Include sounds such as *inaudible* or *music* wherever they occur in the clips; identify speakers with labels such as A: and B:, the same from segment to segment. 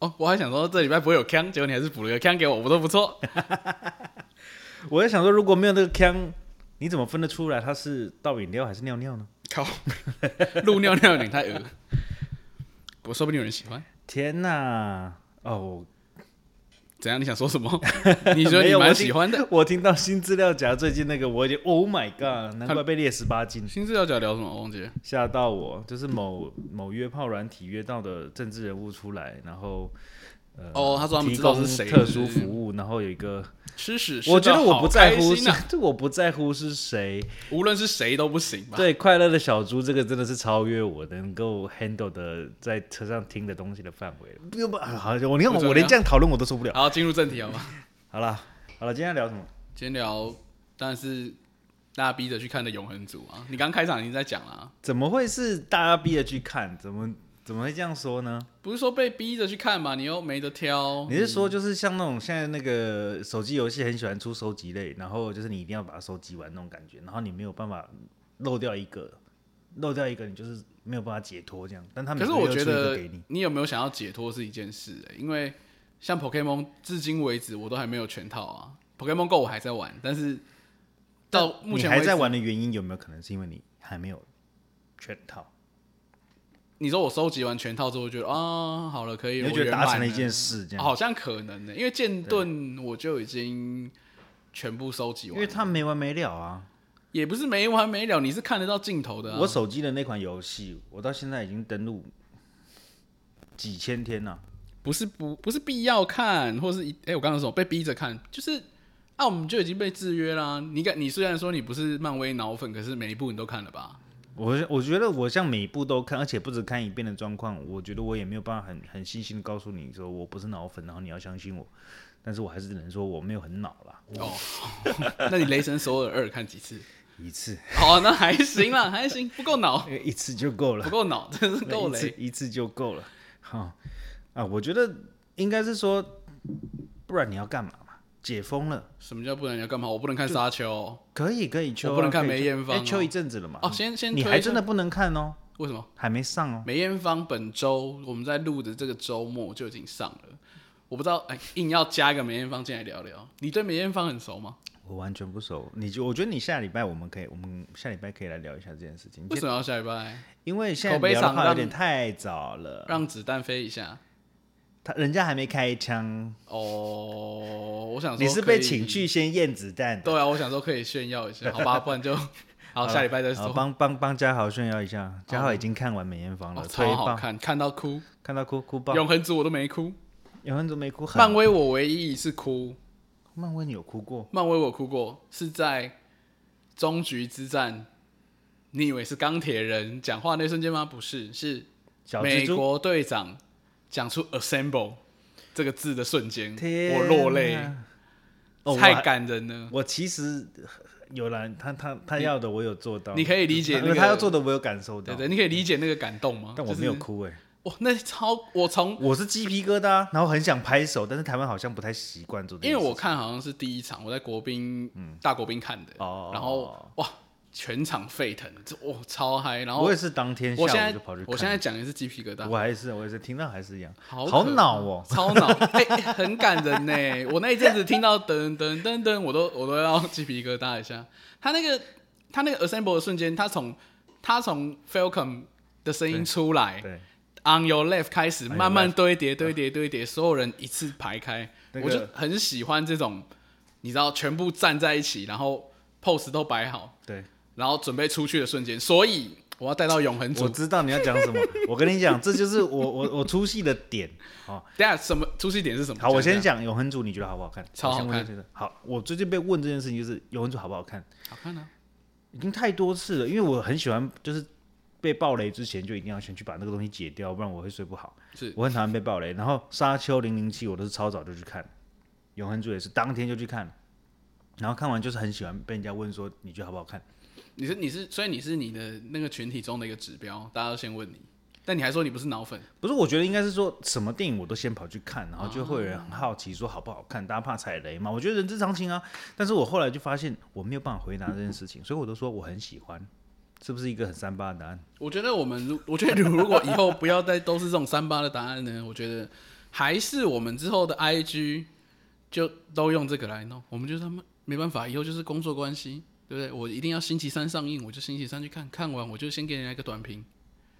A: 哦，我还想说这礼拜不会有坑，结果你还是补了个坑给我，我都不
B: *laughs*
A: 错。
B: 我在想说，如果没有那个腔，你怎么分得出来它是倒饮料还是尿尿呢？
A: 靠，路尿尿有点太恶，我说不定有人喜欢。
B: 天哪！哦，
A: 怎样？你想说什
B: *laughs*
A: 么？你
B: 我
A: 觉得
B: 没
A: 你
B: 有
A: 蛮喜欢的？
B: 我 *laughs* 听我听到新资料夹最近那个，我已经 Oh my God，难怪被列十八禁，
A: 新资料夹聊什么？我忘记了。
B: 吓到我。就是某某约炮软体约到的政治人物出来，然后呃，
A: 哦他说他们
B: 提
A: 知道
B: 供
A: 是谁
B: 特
A: 是
B: 殊
A: 不是
B: 服务，然后有一个，
A: 吃屎！
B: 我觉得我不在乎
A: 吃
B: 是
A: 到好开心啊，
B: 这 *laughs* 我不在乎是谁，
A: 无论是谁都不行吧？
B: 对，快乐的小猪这个真的是超越我能够 handle 的在车上听的东西的范围了。不用不，啊好，我你看
A: 不重
B: 我
A: 要
B: 我连这样讨论我都受不了。
A: 好，进入正题好吗？
B: 好了好了，今天要聊什么？
A: 今天聊当然是大家逼着去看的《永恒族》啊。你刚开场已经在讲了、啊，
B: 怎么会是大家逼着去看？怎么怎么会这样说呢？
A: 不是说被逼着去看嘛？你又没得挑，
B: 你是说就是像那种现在那个手机游戏很喜欢出收集类，然后就是你一定要把它收集完那种感觉，然后你没有办法漏掉一个，漏掉一个你就是没有办法解脱这样。但他们
A: 可是
B: 每个
A: 我
B: 月
A: 觉
B: 出一个
A: 得
B: 给你，
A: 你有没有想要解脱是一件事、欸，因为像 Pokemon 至今为止我都还没有全套啊。Pokemon Go 我还在玩，但是到目
B: 你
A: 前为
B: 还
A: 止
B: 在玩的原因有没有可能是因为你还没有全套？
A: 你说我收集完全套之后，觉得啊，好了，可以，
B: 你就
A: 我
B: 觉得
A: 圆
B: 达成
A: 满
B: 了一件事这样，
A: 好像可能欸呢、因为剑盾我就已经全部收集
B: 因
A: 完
B: 为
A: 了，
B: 他没完没了啊。
A: 也不是没完没了，你是看得到尽头的、啊。
B: 我手机的那款游戏，我到现在已经登录几千天了、
A: 不是不不是必要看，或是一哎、我刚刚说被逼着看，就是啊，我们就已经被制约啦。你敢，你虽然说你不是漫威脑粉，可是每一部你都看了吧？
B: 我我觉得我像每一部都看，而且不止看一遍的状况，我觉得我也没有办法很很细心的告诉你说我不是脑粉，然后你要相信我。但是我还是只能说我没有很脑啦，
A: 哦，那你《雷神索尔二》看几次？ *laughs*
B: 一次， *laughs*
A: 好、那还行啦，还行，不够脑，
B: 因为一次就够了
A: 不。够脑， *laughs* 真是够
B: 一
A: 雷
B: 次。一次就够了。欸好、啊，我觉得应该是说，不然你要干嘛嘛？解封了，
A: 什么叫不能要干嘛？我不能看沙丘哦，
B: 可以可以秋、啊，
A: 我不能看
B: 可
A: 梅
B: 以秋
A: 艳芳
B: 哎
A: 哦
B: 秋一阵子了嘛。
A: 哦先先
B: 你
A: 推
B: 还
A: 一下
B: 真的不能看哦，
A: 为什么？
B: 还没上哦。
A: 梅艳芳本周我们在录的这个周末就已经上了，我不知道，哎、硬要加一个梅艳芳进来聊聊。你对梅艳芳很熟吗？
B: 我完全不熟，你就我觉得你下礼拜我们可以，我们下礼拜可以来聊一下这件事情，
A: 为什么要下礼拜？
B: 因为现在
A: 口碑
B: 聊的
A: 上
B: 话
A: 让
B: 有点太早了。
A: 让子弹飞一下。
B: 他人家还没开枪，
A: 哦，我想说
B: 你是被
A: 可以
B: 请去？先验子弹的。
A: 对啊，我想说可以炫耀一下，好吧，不然
B: *laughs*
A: 就好，下礼拜再
B: 好
A: 说。
B: 帮帮帮嘉豪炫耀一下，嘉豪已经看完梅艳芳了，
A: 哦
B: 推
A: 超好
B: 爆，
A: 看，看到哭。
B: 看到哭哭爆。
A: 永恒族我都没哭，
B: 永恒族没哭，很
A: 漫威我唯一一次哭，
B: 漫威你有哭过？
A: 漫威我哭过是在终局之战。你以为是钢铁人讲话那瞬间吗？不是，是
B: 小蜘
A: 美
B: 蛛，
A: 国队长讲出 “assemble” 这个字的瞬间，
B: 天
A: 我落泪，
B: 哪哦，我
A: 太
B: 还
A: 感人了。
B: 我其实呃有啦，他他他要的我有做到，
A: 你可以理解
B: 因
A: 那
B: 为
A: 个，
B: 他要做的我有感受到
A: 对，对，你可以理解那个感动吗？
B: 哦但我
A: 就是
B: 没有哭哎、
A: 哇，那超我从
B: 我是鸡皮疙瘩，啊然后很想拍手，但是台湾好像不太习惯做这
A: 因
B: 件
A: 为
B: 事。
A: 我看好像是第一场，我在国宾、大国宾看的，
B: 嗯哦
A: 然后哇，全场沸腾，这哇超嗨，然后
B: 我也是当天
A: 哦
B: 下
A: 我现
B: 午
A: 在
B: 就跑去看，
A: 我现在讲的是鸡皮疙瘩，
B: 我还是我也是听到还是一样，
A: 好
B: 好
A: 可怕
B: 恼哦，
A: 超脑， *laughs* 哎、哎很感人呢。我那一阵子听到噔噔噔噔，我都我都要鸡皮疙瘩一下。他那个他那个 assemble 的瞬间，他从他从 Falcon 的声音出来
B: 对，
A: ，On Your Left 开始
B: On your
A: 慢慢堆叠堆叠堆叠，所有人一次排开，
B: 那个
A: 我就很喜欢这种，你知道，全部站在一起，然后 pose 都摆好，
B: 对，
A: 然后准备出去的瞬间，所以我要带到永恒
B: 我
A: 组。
B: 知道你要讲什么，我跟你讲，这就是我我我出戏的点哦。
A: 等一下什么出戏点是什么？
B: 好，我
A: 讲一
B: 先
A: 下
B: 讲《永恒族》，你觉得好不好看？
A: 啊超
B: 我先
A: 好
B: 问
A: 看
B: 这个。好，我最近被问这件事情就是《永恒族》好不好看，
A: 好看啊，
B: 已经太多次了，因为我很喜欢，就是被暴雷之前就一定要先去把那个东西解掉，不然我会睡不好。
A: 是
B: 我很讨厌被暴雷。然后《沙丘零零七》我都是超早就去看，《永恒族》也是当天就去看，然后看完就是很喜欢被人家问说你觉得好不好看？
A: 你是你是，所以你是你的那个群体中的一个指标，大家都先问你，但你还说你不是脑粉，
B: 不是，我觉得应该是说什么电影我都先跑去看，然后就会有人很好奇说好不好看，大家怕踩雷嘛。我觉得人之常情啊。但是我后来就发现我没有办法回答这件事情，所以我都说我很喜欢，是不是一个很三八的答案？
A: 我觉得我们如，我觉得如如果以后不要再都是这种三八的答案呢，我觉得还是我们之后的 IG 就都用这个来弄？我们就他妈没办法，以后就是工作关系，对不对？我一定要星期三上映，我就星期三去看看完，我就先给人家一个短评。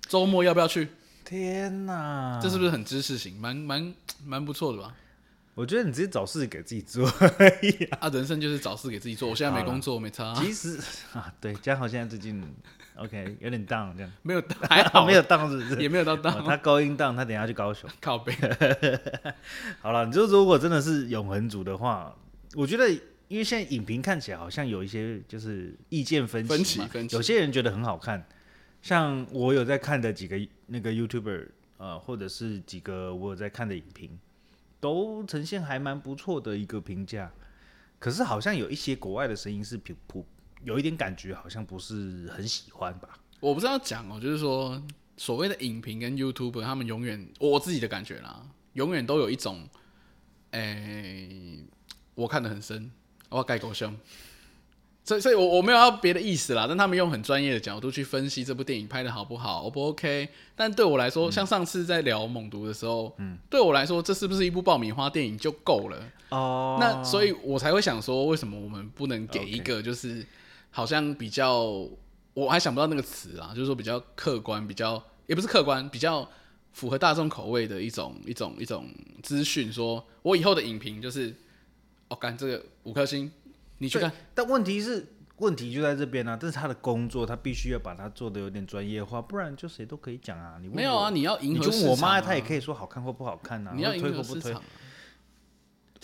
A: 周末要不要去？
B: 天哪！
A: 这是不是很知识型？蛮蛮蛮不错的 *laughs* 吧？
B: 我觉得你直接找事给自己做。
A: 啊，人生就是找事给自己做。我现在没工作，没差啊、
B: 其实啊，对，嘉豪现在最近 OK 有点 down 这样，
A: 啊
B: 啊
A: 没有还 *laughs* 好，
B: 没有 down 是不是？
A: 也没有到
B: 哦
A: 当
B: 他高音 down，他等一下去高雄。
A: 靠背。
B: *laughs* 好了，你就如果真的是永恒族的话，我觉得。因为现在影评看起来好像有一些就是意见分歧嘛，
A: 分歧分歧
B: 有些人觉得很好看，像我有在看的几个那个 YouTuber 呃，或者是几个我有在看的影评，都呈现还蛮不错的一个评价。可是好像有一些国外的声音是普普，有一点感觉好像不是很喜欢吧？
A: 我不是要讲哦，就是说所谓的影评跟 YouTuber，他们永远我自己的感觉啦，永远都有一种，诶、我看得很深，我要盖狗胸。所以，所以我我没有要别的意思啦，但他们用很专业的角度去分析这部电影拍的好不好，O 不 OK？但对我来说，像上次在聊《猛毒》的时候，嗯，对我来说，这是不是一部爆米花电影就够了？
B: 哦
A: 那所以，我才会想说，为什么我们不能给一个就是好像比较，我还想不到那个词啊，就是说比较客观，比较也不是客观，比较符合大众口味的一种一种一种资讯。说我以后的影评就是，哦，干这个五颗星，你去
B: 对
A: 看，
B: 但问题是，问题就在这边啊。但是他的工作，他必须要把它做的有点专业化，不然就谁都可以讲啊。你问
A: 没有
B: 我
A: 啊？，你要迎
B: 你
A: 合
B: 就
A: 市
B: 问
A: 场、
B: 我妈，她
A: 他
B: 也可以说好看或不好看啊。
A: 你要
B: 或
A: 迎
B: 推
A: 合
B: 或不
A: 市
B: 推
A: 场。。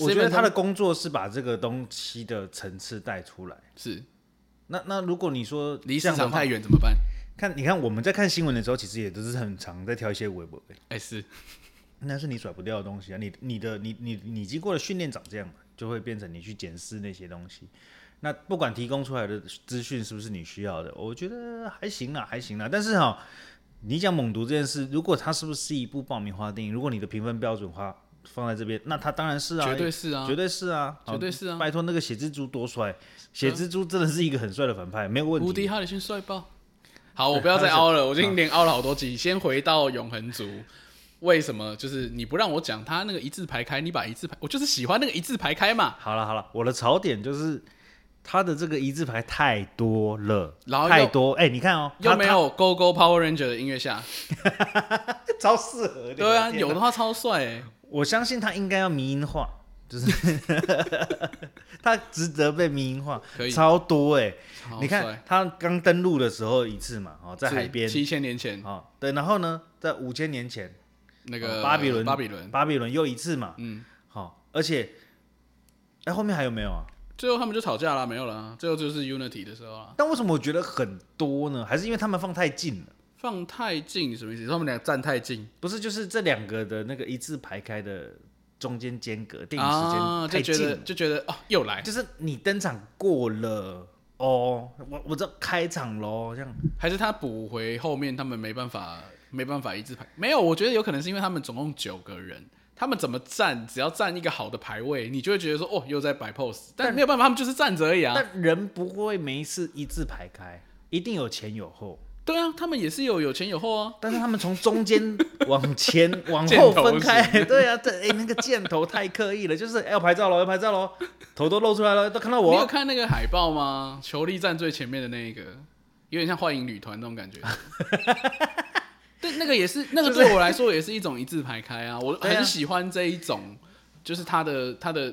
B: 我觉得
A: 7-Eleven
B: 他的工作是把这个东西的层次带出来。
A: 是
B: 那那如果你说
A: 离
B: 这
A: 市
B: 样的
A: 场
B: 话
A: 太，远怎么办？
B: 看你看我们在看新闻的时候，其实也都是很常在挑一些微博、欸，
A: 哎、是
B: 那是你甩不掉的东西啊。你你的你你你经过了训练长这样嘛，就会变成你去检视那些东西。那不管提供出来的资讯是不是你需要的，我觉得还行啦，还行啦。但是哈、你讲猛毒这件事，如果它是不是一部爆米花电影，如果你的评分标准化放在这边，那它当然是啊，
A: 绝对是啊，
B: 绝对是啊，
A: 绝对是啊嗯
B: 拜托，那个血蜘蛛多帅，血蜘蛛真的是一个很帅的反派，没有问
A: 无
B: 题
A: 敌。哈里逊帅爆！好，我不要再凹了，我已经连凹了好多集。先回到永恒族，为什么？就是你不让我讲他那个一字排开，你把一字排，我就是喜欢那个一字排开嘛。
B: 好了好了，我的槽点就是他的这个一字排太多了，
A: 然后又
B: 太多。哎、你看哦，
A: 又
B: 他
A: 没有 Go Go Power Ranger 的音乐下，
B: 他超适合的。
A: 对啊，
B: 我的天
A: 有
B: 哪
A: 的话超帅哎、
B: 我相信他应该要迷音化，就是
A: *laughs*
B: 他值得被迷音化
A: 可，以
B: 超多哎、
A: 好
B: 你
A: 帅
B: 看他刚登陆的时候一次嘛，哦，在海边
A: 是，七千年前
B: 哦，对，然后呢，在五千年前，
A: 那个
B: 哦巴比伦
A: 巴比伦，
B: 巴比伦又一次嘛，
A: 嗯，
B: 好、而且，哎，后面还有没有啊？
A: 最后他们就吵架了，没有了，最后就是 Unity 的时候啊，
B: 但为什么我觉得很多呢？还是因为他们放太近了？
A: 放太近什么意思？他们俩站太近，
B: 不是，就是这两个的那个一字排开的中间间隔，电影时
A: 啊，就
B: 间太
A: 觉
B: 近
A: 得
B: 了，
A: 就觉得哦，又来，
B: 就是你登场过了哦，我我知道开场喽，这样
A: 还是他补回后面他们没办法没办法一字排？没有，我觉得有可能是因为他们总共九个人，他们怎么站，只要站一个好的排位，你就会觉得说哦又在摆 pose，但没有办法，他们就是站着而已啊。
B: 但人不会每一次一字排开，一定有前有后。
A: 对啊，他们也是有有前有后啊。
B: 但是他们从中间往
A: *laughs*
B: 前往
A: 箭
B: 后
A: 头
B: 分开
A: 型，
B: 对啊，这哎、那个箭头太刻意了，就是哎要拍照喽，要拍照喽，头都露出来了，都看到
A: 你
B: 我
A: 有。看那个海报吗？球力站最前面的那一个，有点像幻影旅团那种
B: *laughs*
A: 感觉。对，那个也是，那个对我来说也是一种一字排开啊，我
B: 对啊
A: 很喜欢这一种，就是他的他的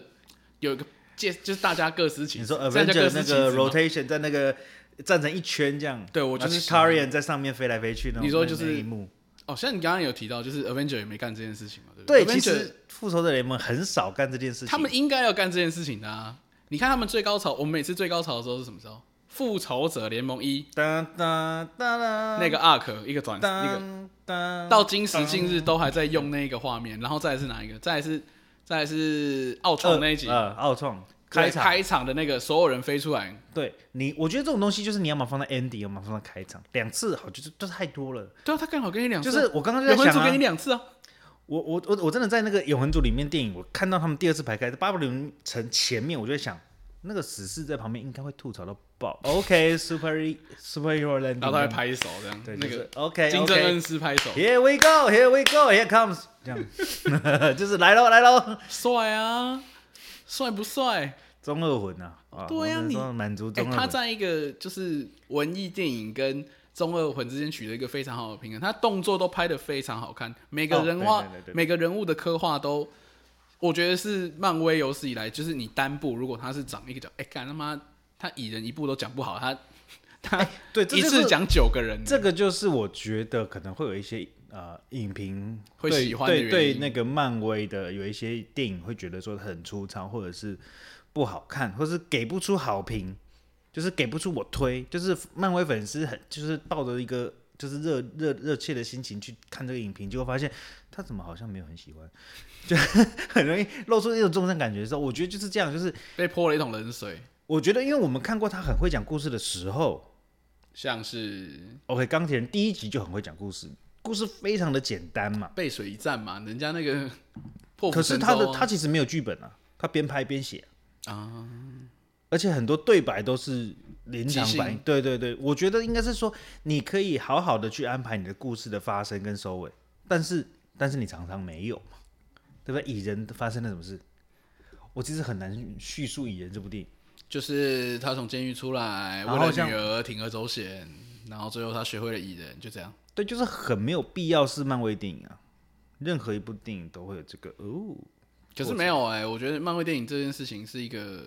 A: 有一个介，就是大家各司其
B: 你
A: 职，
B: 说
A: 这样叫各
B: Avenger
A: 司
B: 那
A: 其职
B: 个
A: 吗
B: rotation 在那个站成一圈这样，
A: 对我就是
B: 然后
A: 喜欢
B: Tarian 在上面飞来飞去那种
A: 你说
B: 那
A: 就是
B: 那一幕。
A: 哦，像你刚刚有提到，就是 Avenger 也没干这件事情嘛，对不
B: 对，
A: a v e
B: 其
A: n g e r
B: 实复仇者联盟很少干这件事情。
A: 他们应该要干这件事情的啊。你看他们最高潮，我们每次最高潮的时候是什么时候？复仇者联盟一
B: 哒哒哒啦，
A: 那个 arc 一个转那个，
B: 当当
A: 到今时今日都还在用那个画面，然后再来是哪一个？再来是再来是奥创那一集
B: 呃，奥创
A: 对
B: 开场。
A: 开场的那个所有人飞出来，
B: 对你，我觉得这种东西就是你要么放在 ending，要么放在开场，两次好就是就是太多了。
A: 对啊，他刚好给你两次
B: 就
A: 啊，
B: 是我刚刚就
A: 永
B: 在
A: 恒
B: 想
A: 族给
B: 啊
A: 你，两次啊，
B: 我我我我真的在那个永恒族里面电影，我看到他们第二次排开在巴比伦城前面，我就在想，那个死侍在旁边应该会吐槽到爆。OK，Super、Superhero Landing，
A: 啊然后他会拍手这样，
B: 对，
A: 那
B: 就是哎
A: 个
B: OK 哎
A: 金正
B: OK。
A: 恩师拍手，
B: Here we go, here we go, here comes，这样 *laughs* 就是来喽来喽，
A: 帅啊，帅不帅？
B: 中二魂呐、啊！啊
A: 对啊
B: 我们
A: 你
B: 说满足
A: 哎、
B: 中二
A: 他
B: 魂。
A: 在一个就是文艺电影跟中二魂之间取得一个非常好的平衡，他动作都拍得非常好看，每个
B: 哦
A: 人
B: 对
A: 画、
B: 对对对对
A: 每个人物的刻画都，我觉得是漫威有史以来，就是你单部如果他是长一个角，哎、干他妈他蚁人一部都讲不好，他他、
B: 哎对这
A: 一
B: 就
A: 次
B: 是
A: 讲九个人，
B: 这个就是我觉得可能会有一些呃影评
A: 会
B: 对
A: 喜欢的
B: 对
A: 原
B: 对
A: 因
B: 那个漫威的有一些电影会觉得说很粗糙，或者是不好看，或是给不出好评，就是给不出我推，就是漫威粉丝很就是抱着一个就是热热热切的心情去看这个影评，结果发现他怎么好像没有很喜欢，就 *laughs* 很容易露出一种中伤感觉的时候，我觉得就是这样，就是
A: 被泼了一桶冷水，
B: 我觉得因为我们看过他很会讲故事的时候，
A: 像是
B: OK，钢铁人第一集就很会讲故事，故事非常的简单嘛。
A: 背水一战嘛，人家那个破釜
B: 可是
A: 沉舟
B: 他
A: 啊、
B: 的他其实没有剧本啊，他边拍边写
A: 啊，
B: 而且很多对白都是临场反应。对对对，我觉得应该是说你可以好好的去安排你的故事的发生跟收尾，但是但是你常常没有嘛，对不对？蚁人发生了什么事？我其实很难叙述蚁人这部电影。
A: 就是他从监狱出来，
B: 然
A: 为
B: 后
A: 了
B: 像
A: 女儿铤而走险，然后最后他学会了蚁人，就这样。
B: 对，就是很没有必要是漫威电影啊，任何一部电影都会有这个哦。
A: 可是没有哎、我觉得漫威电影这件事情是一个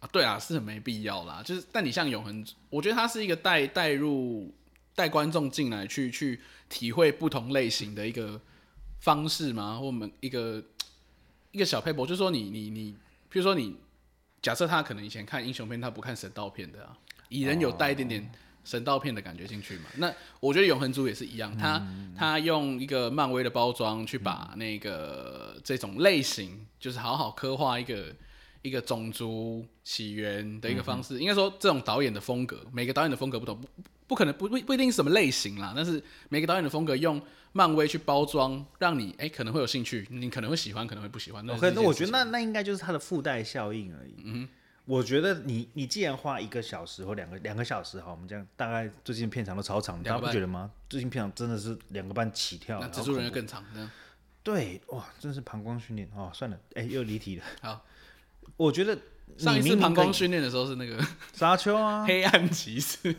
A: 啊，对啊，是很没必要啦。就是，但你像永恒，我觉得它是一个带带入带观众进来去去体会不同类型的一个方式嘛，或我们一个一个小 paper，就是说你你你，譬如说你假设他可能以前看英雄片，他不看神道片的啊，蚁人有带一点点神道片的感觉进去嘛。
B: 哦
A: 那我觉得永恒族也是一样，他、
B: 嗯
A: 他用一个漫威的包装去把那个这种类型，就是好好刻画一个一个种族起源的一个
B: 嗯
A: 方式。应该说，这种导演的风格，每个导演的风格不同，不不可能不不不一定是什么类型啦，但是每个导演的风格用漫威去包装，让你哎、可能会有兴趣，你可能会喜欢，可能会不喜啊欢。那
B: OK，
A: 是一
B: 那
A: 件
B: 我
A: 事
B: 觉得
A: 情
B: 那那应该就是它的附带效应而已。嗯，我觉得你你既然花一个小时或两个两个小时哈，我们这样大概最近片长都超长，
A: 两个
B: 大家
A: 半
B: 不觉得吗？最近片长真的是两个半起跳，
A: 那
B: 然后
A: 蜘蛛人
B: 恐
A: 就
B: 怖
A: 更长，这样
B: 对哇，真是膀胱训练哦。算了，哎，又离题了。
A: 好，
B: 我觉得
A: 上一
B: 你
A: 次
B: 明明
A: 膀胱
B: 可以
A: 训练的时候是那个
B: 沙丘啊，
A: *laughs* 黑暗骑士，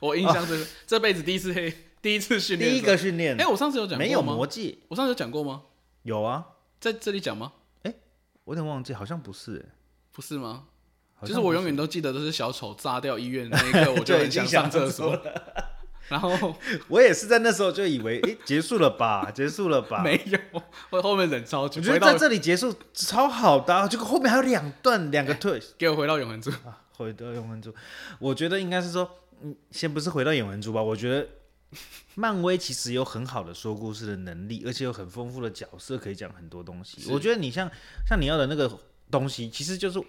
A: 我印象深刻，这辈子第一次黑，第一次训练的
B: 第一
A: 时候。
B: 个训练
A: 哎、我上次有讲
B: 没有
A: 过吗？
B: 魔戒，
A: 我上次有讲过吗？
B: 有啊，
A: 在这里讲吗？
B: 我有点忘记，好像不是。
A: 不是吗？
B: 好
A: 就是
B: 像
A: 我
B: 不
A: 永远都记得都是小丑炸掉医院的那一刻，我就
B: *laughs* 就已
A: 很
B: 经
A: 想上
B: 想
A: 厕
B: 说
A: 所。然后
B: 我也是在那时候就以为，哎，结束了吧，结束了 *laughs* 吧，
A: 没有，我后面忍超久，
B: 我觉
A: 回
B: 得
A: 到
B: 在这里结束超好的、啊，结果后面还有两段两个
A: 哎
B: twist
A: 给我回到永恒族。
B: 啊，回到永恒珠，我觉得应该是说，嗯，先不是回到永恒珠吧，我觉得漫威其实有很好的说故事的能力，而且有很丰富的角色可以讲很多东西。
A: 是
B: 我觉得你像像你要的那个东西，其实就是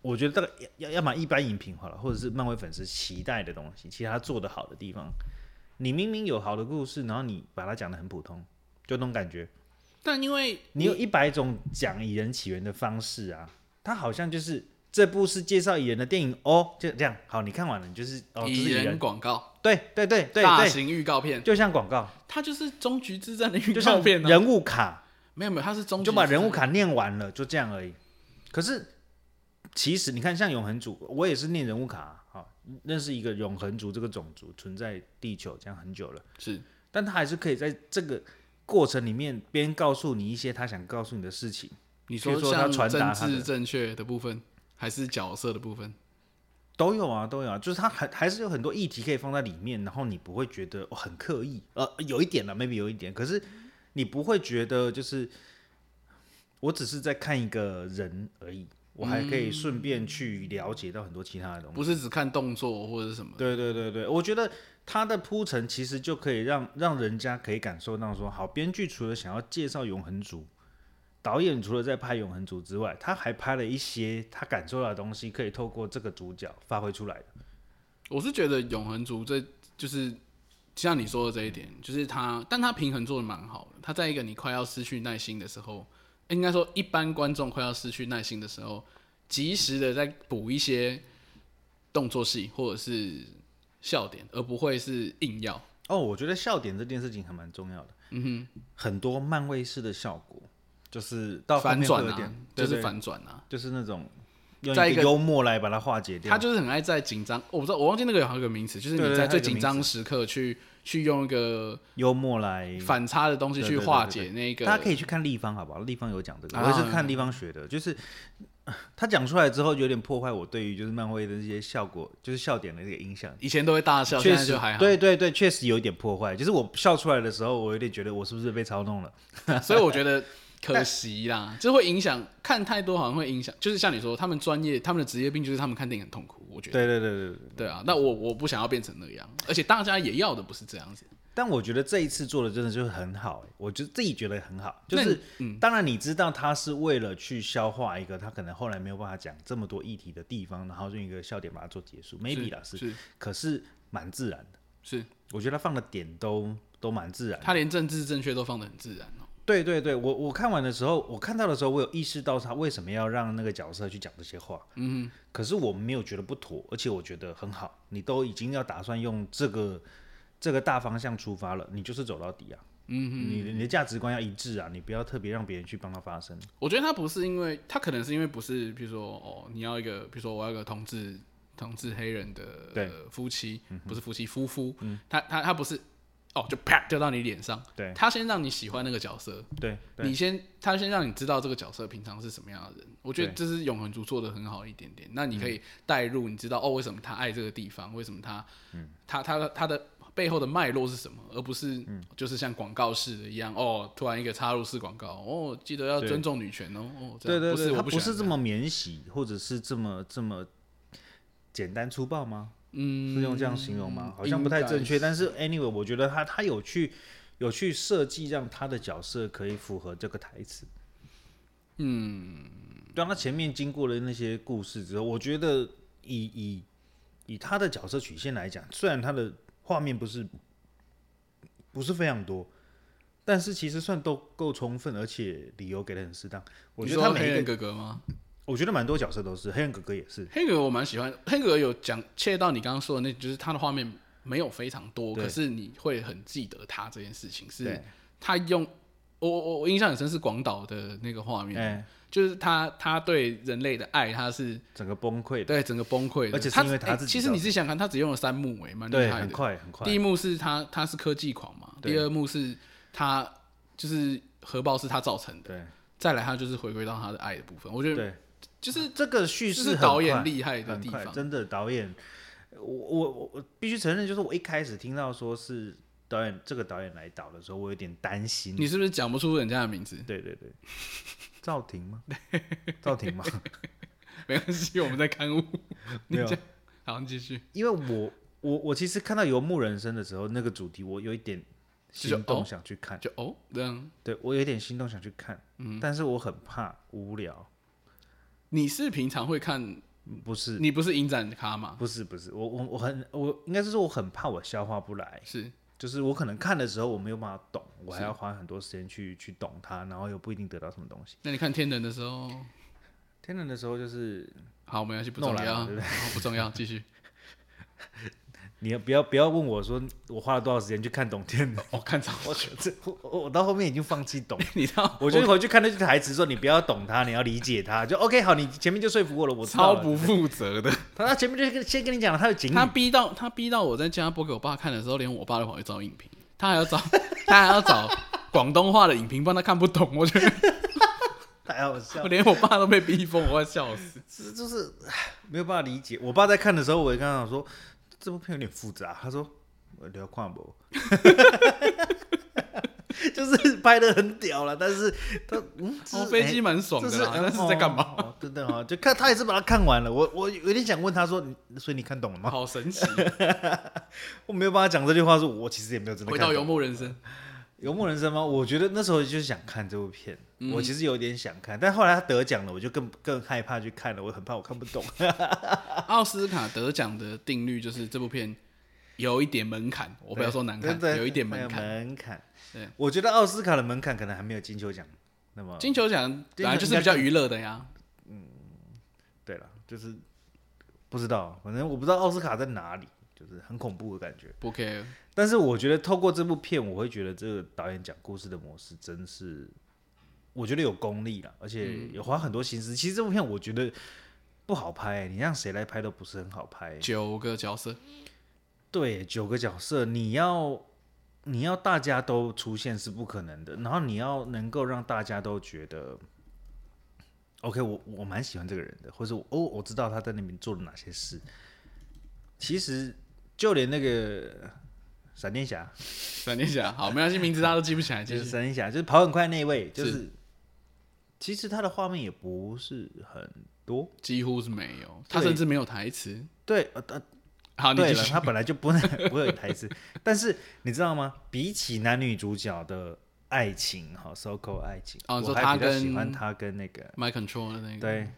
B: 我觉得大概要要么一般影评好了，或者是漫威粉丝期待的东西，其实他做的好的地方，你明明有好的故事，然后你把它讲的很普通，就那种感觉。
A: 但因为
B: 你有一百种讲蚁人起源的方式啊，它好像就是这部是介绍蚁人的电影哦，就这样。好，你看完了，你就是哦，这是
A: 蚁
B: 蚁人
A: 人，广告、
B: 对对对对
A: 大
B: 对，
A: 型预告片，
B: 就像广告，
A: 它就是终局之战的预
B: 就
A: 告
B: 像
A: *laughs* 片呢、
B: 人物卡，
A: 没有没有，它是终
B: 你
A: 局
B: 就把
A: 之战
B: 人物卡念完了，就这样而已。可是其实你看，像永恒族，我也是念人物卡啊，好认识一个永恒族这个种族存在地球这样很久了。
A: 是
B: 但他还是可以在这个过程里面边告诉你一些他想告诉你的事情，
A: 你
B: 比
A: 说
B: 如说他
A: 像
B: 传达
A: 政
B: 他的
A: 治正确的部分，还是角色的部分？
B: 都有啊，都有啊，就是它还还是有很多议题可以放在里面，然后你不会觉得、哦、很刻意，呃，有一点了，maybe 有一点，可是你不会觉得就是我只是在看一个人而已，我还可以顺便去了解到很多其他的东西。
A: 不是只看动作或者是什么的。
B: 对对对对，我觉得它的铺陈其实就可以让让人家可以感受到说，好，编剧除了想要介绍永恒族，导演除了在拍永恒族之外，他还拍了一些他感受到的东西，可以透过这个主角发挥出来。
A: 我是觉得永恒族这就是像你说的这一点，就是他，但他平衡做的蛮好的。他在一个你快要失去耐心的时候，应该说一般观众快要失去耐心的时候，及时的在补一些动作戏或者是笑点，而不会是硬要。
B: 哦，我觉得笑点这件事情还蛮重要的。嗯哼，很多漫威式的效果就是到后
A: 反
B: 面会
A: 转
B: 有
A: 啊
B: 点，，
A: 就
B: 对
A: 是
B: 对
A: 反转啊。
B: 就是那种用
A: 在一
B: 一
A: 个
B: 个幽默来把它化解掉。
A: 他就是很爱在紧张，我不知道，我忘记那个有还有个名词，就是
B: 对
A: 你
B: 对
A: 在
B: 它有
A: 最
B: 一个
A: 紧
B: 名
A: 张时刻去去用一个
B: 幽默来，
A: 反差的东西
B: 哎对
A: 去
B: 对对
A: 化
B: 对
A: 解那个。
B: 大家可以去看立方，好不好？立方有讲这个，
A: 啊
B: 我也是看立方学的，就是呃他讲出来之后，有点破坏我对于就是漫威的这些效果，就是笑点的这个影响。
A: 以前都会大啊笑，现
B: 确
A: 在
B: 实
A: 就
B: *laughs*
A: 还，好。
B: 对对对，确实有一点破坏。就是我笑出来的时候，我有点觉得我是不是被操弄了？
A: 所以我觉得可惜啦，这会影响看太多，好像会影响，就是像你说，他们专业，他们的职业病就是他们看电影很痛苦，我觉
B: 对
A: 得。
B: 对对对对。
A: 对啊，那我我不想要变成那样，而且大家也要的不是这样子。
B: 但我觉得这一次做的真的就是很好、欸，我就自己觉得很好。就
A: 那
B: 是，当然你嗯知道他是为了去消化一个他可能后来没有办法讲这么多议题的地方，然后用一个笑点把它做结束，maybe 啦是，
A: 是
B: 可是蛮自然的。
A: 是，
B: 我觉得他放的点都都蛮自然的。
A: 他连政治正确都放得很自然哦。
B: 对对对，我我看完的时候，我看到的时候，我有意识到他为什么要让那个角色去讲这些话。嗯，可是我没有觉得不妥，而且我觉得很好。你都已经要打算用这个这个大方向出发了，你就是走到底啊。嗯你你的价值观要一致啊，你不要特别让别人去帮他发声。
A: 我觉得他不是因为，他可能是因为不是，比如说哦，你要一个，比如说我要一个同志同志黑人的
B: 对嗯
A: 呃夫妻，不是夫妻夫妇，他他他不是哦，就啪掉到你脸上，
B: 对
A: 他先让你喜欢那个角色，
B: 对对，
A: 你先，他先让你知道这个角色平常是什么样的人，我觉得
B: 对嗯
A: 这是永恒族做的很好一点点。那你可以带入，你知道哦，为什么他爱这个地方，为什么他，
B: 嗯
A: 他他的他的背后的脉络是什么，而不是
B: 嗯
A: 就是像广告式的一样，哦，突然一个插入式广告，哦，记得要
B: 对
A: 尊重女权哦，哦，这
B: 对
A: 样
B: 对
A: 不是
B: 对，
A: 我
B: 他
A: 不
B: 不
A: 喜欢
B: 是这么免洗，或者是这么这么简单粗暴吗？
A: 嗯
B: 是用这样形容吗？好像不太正确，但是 anyway，我觉得他他有去有去设计让他的角色可以符合这个台词。嗯，当他前面经过了那些故事之后，我觉得以以以他的角色曲线来讲，虽然他的画面不是不是非常多。但是其实算都够充分，而且理由给的很适当。我
A: 你
B: 觉得
A: 说
B: 他每
A: 黑
B: 一个
A: 人哥哥吗？
B: 我觉得蛮多角色都是，黑人哥哥也是。
A: 黑格尔我蛮喜欢，黑格尔有讲切到你刚刚说的那，就是他的画面没有非常多，
B: 对
A: 可是你会很记得他这件事情，是
B: 对
A: 他用我我我印象很深是广岛的那个画面，
B: 哎，
A: 就是他他对人类的爱，他是
B: 整个崩溃的，
A: 对整个崩溃的，
B: 而且是因为他
A: 哎
B: 自己
A: 其实
B: 造
A: 你自己想看，他只用了三幕，哎，蛮厉
B: 对，
A: 害
B: 很
A: 的。
B: 快很快
A: 第。一幕是他他是科技狂嘛，
B: 对
A: 第二幕是他就是核爆是他造成的，
B: 对
A: 再来他就是回归到他的爱的部分，我觉得
B: 对，
A: 就是
B: 这个叙
A: 这
B: 事
A: 是
B: 很
A: 导演
B: 快
A: 厉害的
B: 很
A: 地
B: 快
A: 方
B: 真的导演，我我我我必须承认，就是我一开始听到说是导演这个导演来导的时候，我有点担心。
A: 你是不是讲不出人家的名字？ *laughs*
B: 对对 *laughs* 对，赵婷 *laughs* 吗？赵婷 *laughs* 吗？
A: 没关系，我们在刊物。 *laughs*
B: 没有，
A: 好，你继续。
B: *laughs* 因为我我我其实看到《游牧人生》的时候，那个主题我有一点
A: 就说
B: 心
A: 哦
B: 动想去看，
A: 就哦，这样，
B: 对我有一点心动想去看，但是我很怕无聊。
A: 你是平常会看，
B: 不是，
A: 你不是影展咖吗？
B: 不是不是，我我我很我应该是说我很怕我消化不来，
A: 是，
B: 就是我可能看的时候我没有办法懂，我还要花很多时间去去懂它，然后又不一定得到什么东西。
A: 那你看天人的时候，
B: 天冷的时候就是
A: 好，没关系，不重
B: 诺兰
A: 要，
B: 嘛对不
A: 好不重要，继续。
B: 你要不要不要问我说我花了多少时间去看懂天冷，
A: 我 *laughs* 看超，
B: *laughs* 我这我我我到后面已经放弃懂。
A: 你知道，
B: *laughs* 我就回去看那句台词，说你不要懂它，你要理解它。就 OK，好，你前面就说服我了，我知
A: 超
B: 道了。
A: 不负责的。
B: 他他前面就跟先跟你讲了他的景
A: 他
B: 点，
A: 逼到他逼到我在家播给我爸看的时候，连我爸都跑去找影评，他还要找 *laughs* 他还要找广东话的影评，不然他看不懂。我觉得
B: 太好笑
A: 我。连我爸都被逼疯，我要笑死。
B: 这就是唉没有办法理解。我爸在看的时候，我也跟他讲说，这部片有点复杂。他说，呃我聊跨博， *laughs* 就是拍的很屌了，但是他嗯，这
A: 哦，
B: 是
A: 飞机
B: 哎
A: 蛮爽
B: 这
A: 的
B: 是
A: 啦，但是在干嘛？？
B: 哦哦等等啊，就看他也是把它看完了。我我有点想问他说，你所以你看懂了吗？
A: 好神奇！
B: 我没有办法讲这句话，说我其实也没有真的
A: 回
B: 看懂
A: 到游牧人生，
B: 游牧人生吗？我觉得那时候就是想看这部片，
A: 嗯
B: 我其实有点想看，但后来他得奖了，我就更更害怕去看了，我很怕我看不懂。
A: 奥斯卡得奖的定律就是这部片有一点门槛，我不要说难看，
B: 对对
A: 有一点
B: 还
A: 门
B: 有
A: 槛。
B: 门槛，
A: 对，
B: 我觉得奥斯卡的门槛可能还没有金球奖那么。
A: 金球奖本来就是
B: 应该
A: 比较娱乐的呀，
B: 对了，就是不知道，反正我不知道奥斯卡在哪里，就是很恐怖的感觉。
A: 不 care。
B: 但是我觉得透过这部片，我会觉得这个导演讲故事的模式真是，我觉得有功力了，而且也花很多心思。其实这部片我觉得不好拍、你让谁来拍都不是很好拍、
A: 九个角色，
B: 对，九个角色，你要你要大家都出现是不可能的，然后你要能够让大家都觉得，OK，我我蛮喜欢这个人的，或者我哦，我知道他在那边做了哪些事。其实就连那个闪电侠，
A: 闪电侠，好，没关系，名字大家都记不起来，
B: 就
A: 就是是
B: 闪电侠，就是跑很快那一位，就是是其实他的画面也不是很多，
A: 几乎是没有，他
B: 对
A: 甚至没有台词。
B: 对，呃，呃
A: 好，你
B: 对
A: 继
B: 了，
A: 续。
B: 他本来就不能不会有台词，但是你知道吗？比起男女主角的爱情哈，so called 爱情，
A: 哦你
B: 我
A: 说
B: 还
A: 他
B: 比较喜
A: 跟
B: 欢他跟那个
A: My Control 的那个，，
B: 对，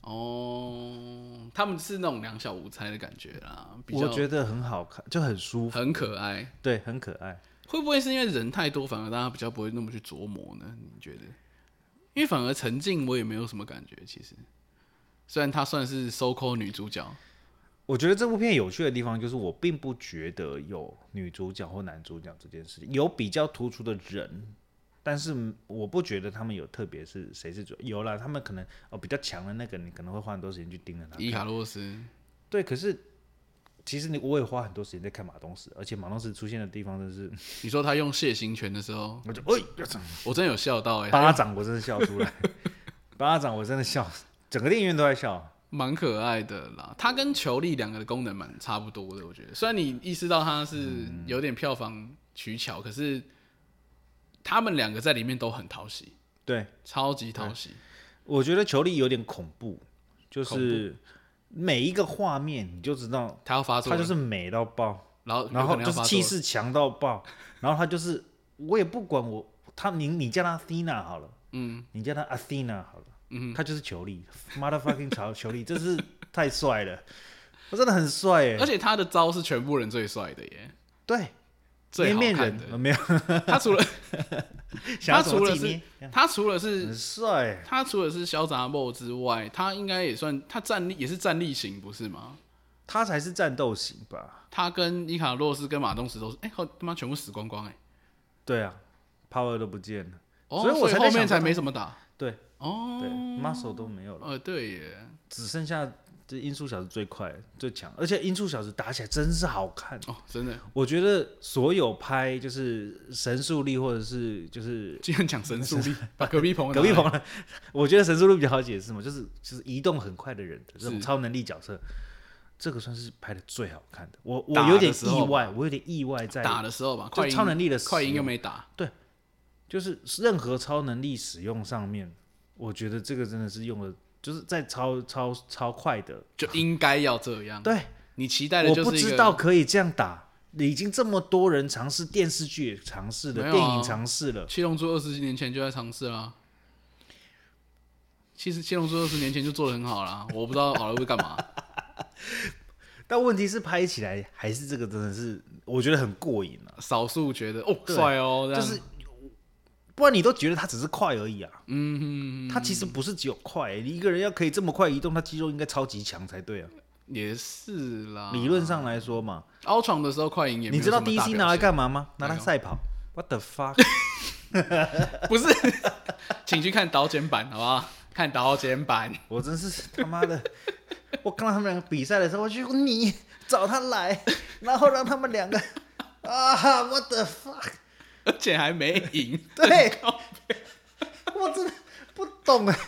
A: 哦，他们是那种两小无猜的感觉啦，比
B: 我
A: 较
B: 觉得很好看，就很舒服，
A: 很可爱。
B: 对，很可爱。
A: 会不会是因为人太多，反而大家比较不会那么去琢磨呢？你觉得？因为反而陈静我也没有什么感觉，其实，虽然她算是 so called 女主角，
B: 我觉得这部片有趣的地方就是，我并不觉得有女主角或男主角这件事情，有比较突出的人，但是我不觉得他们有特别是谁是主，有啦，他们可能哦比较强的那个，你可能会花很多时间去盯着他看，
A: 伊卡洛斯，
B: 对，可是其实你我也花很多时间在看马东石，而且马东石出现的地方真是，
A: 你说她用蟹行拳的时候，
B: 我就哎、
A: 我真的有笑到
B: *laughs*
A: 哎、欸，
B: 巴掌我真的笑出来， *laughs* 巴掌我真的笑，整个电影院都在笑。
A: 蛮可爱的啦。她跟球力两个的功能蛮差不多的，我觉得。虽然你意识到她是
B: 嗯
A: 有点票房取巧，可是他们两个在里面都很讨喜，
B: 对，
A: 超级讨喜。
B: 我觉得球力有点恐怖，就是每一个画面你就知道
A: 他要发作
B: 它
A: 了，
B: 就是美到爆，
A: 然后有
B: 然
A: 可
B: 后
A: 能
B: 就
A: 要
B: 是
A: 发作
B: 气
A: 了，
B: 势强到爆，然后他就是我也不管我他你你叫他 Athena 好了，嗯，你叫他 Athena 好了，嗯，他就是球力，motherfucking 球 *laughs* 球力，这是太帅了，他真的很帅耶
A: 而，且他的招是全部人最帅的
B: *laughs*
A: 耶。
B: 对，
A: 最
B: 捏
A: 好
B: 面
A: 看
B: 人
A: 的。
B: 呃没有，
A: 他除了
B: 想要
A: 他除了
B: 怎么自己捏
A: 他除了是
B: 很帅，
A: 他除了是潇洒梦之外，他应该也算他战力也是战力型不是吗？
B: 他才是战斗型吧？
A: 他跟伊卡洛斯跟马东石都是，哎、好他妈全部死光光哎、
B: 对啊，power 都不见了，
A: 哦，
B: 所以我才
A: 后
B: 在想
A: 面
B: 说
A: 才没怎么打。
B: 对对
A: 哦，
B: ，muscle 都没有了，
A: 呃，对耶，
B: 只剩下这音速小子最快最强，而且音速小子打起来真是好看。
A: 哦，真的，
B: 我觉得所有拍就是神速力或者是就是
A: 竟然讲神速力，把隔壁棚
B: 隔壁
A: 打
B: 棚的， *laughs* 我觉得神速力比较好解释嘛，就是就是移动很快的人的这种
A: 是
B: 超能力角色，这个算是拍的最好看的。我我
A: 打
B: 有
A: 的
B: 点
A: 时
B: 意
A: 候
B: 外，我有点意外在
A: 打的时候吧，
B: 就
A: 快银
B: 超能力的
A: 快银
B: 使
A: 又
B: 用
A: 没打，
B: 就是任何超能力使用上面，我觉得这个真的是用的，就是在超超超快的，
A: 就应该要这样。
B: 对，
A: 你期待的
B: 我
A: 就
B: 不
A: 是一
B: 知
A: 个
B: 道可以这样打。已经这么多人尝试，电视剧也尝试了，
A: 没有啊
B: 电影尝试了，
A: 七龙珠二十年前就在尝试啦。其实七龙珠二十年前就做的很好啦，我不知道好莱坞干嘛。
B: 但问题是拍起来还是这个真的是，我觉得很过瘾啊。
A: 少数觉得哦
B: 对
A: 帅哦，这
B: 就
A: 样
B: 是不然你都觉得他只是快而已啊，
A: 嗯，
B: 他其实不是只有快、欸你一个人要可以这么快移动，他肌肉应该超级强才对啊。
A: 也是啦。
B: 理论上来说嘛，
A: 奥创的时候快银啊也没
B: 你
A: 有
B: 知道
A: 什么大
B: DC
A: 表
B: 拿来
A: 现
B: 干嘛吗？
A: 没
B: 拿
A: 有
B: 来赛跑。What the fuck？
A: 不是，请去看导剪版好不好？看导剪版，
B: 我真是他妈的！我看到他们两个比赛的时候，我就你找他来，然后让他们两个啊，what the fuck！
A: 而且还没赢。 *laughs* 哦
B: 对，我真的不懂哎，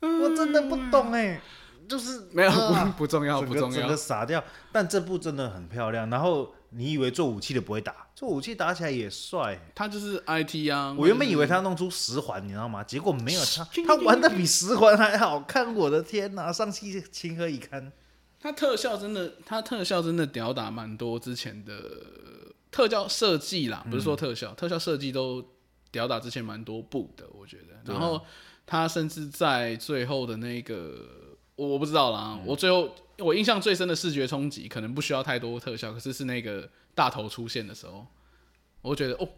B: 我真的不懂哎，就是
A: 没有
B: 啊
A: 不不重要，
B: 整
A: 不
B: 个
A: 重
B: 整
A: 要
B: 个。傻掉。但这部真的很漂亮。然后你以为做武器的不会打，做武器打起来也帅。
A: 他就是 IT 啊，
B: 我原本以为
A: 他，
B: 他弄出十环，你知道吗？结果没有他
A: *laughs*
B: 他玩的比十环还好看。我的天哪、上期情何以堪？
A: 他特效真的，他特效真的屌打蛮多之前的特效设计啦，
B: 嗯
A: 不是说特效，特效设计都屌打之前蛮多部的，我觉得。然后他甚至在最后的那个，我我不知道啦，
B: 嗯
A: 我最后我印象最深的视觉冲击，可能不需要太多特效，可是是那个大头出现的时候，我觉得哦，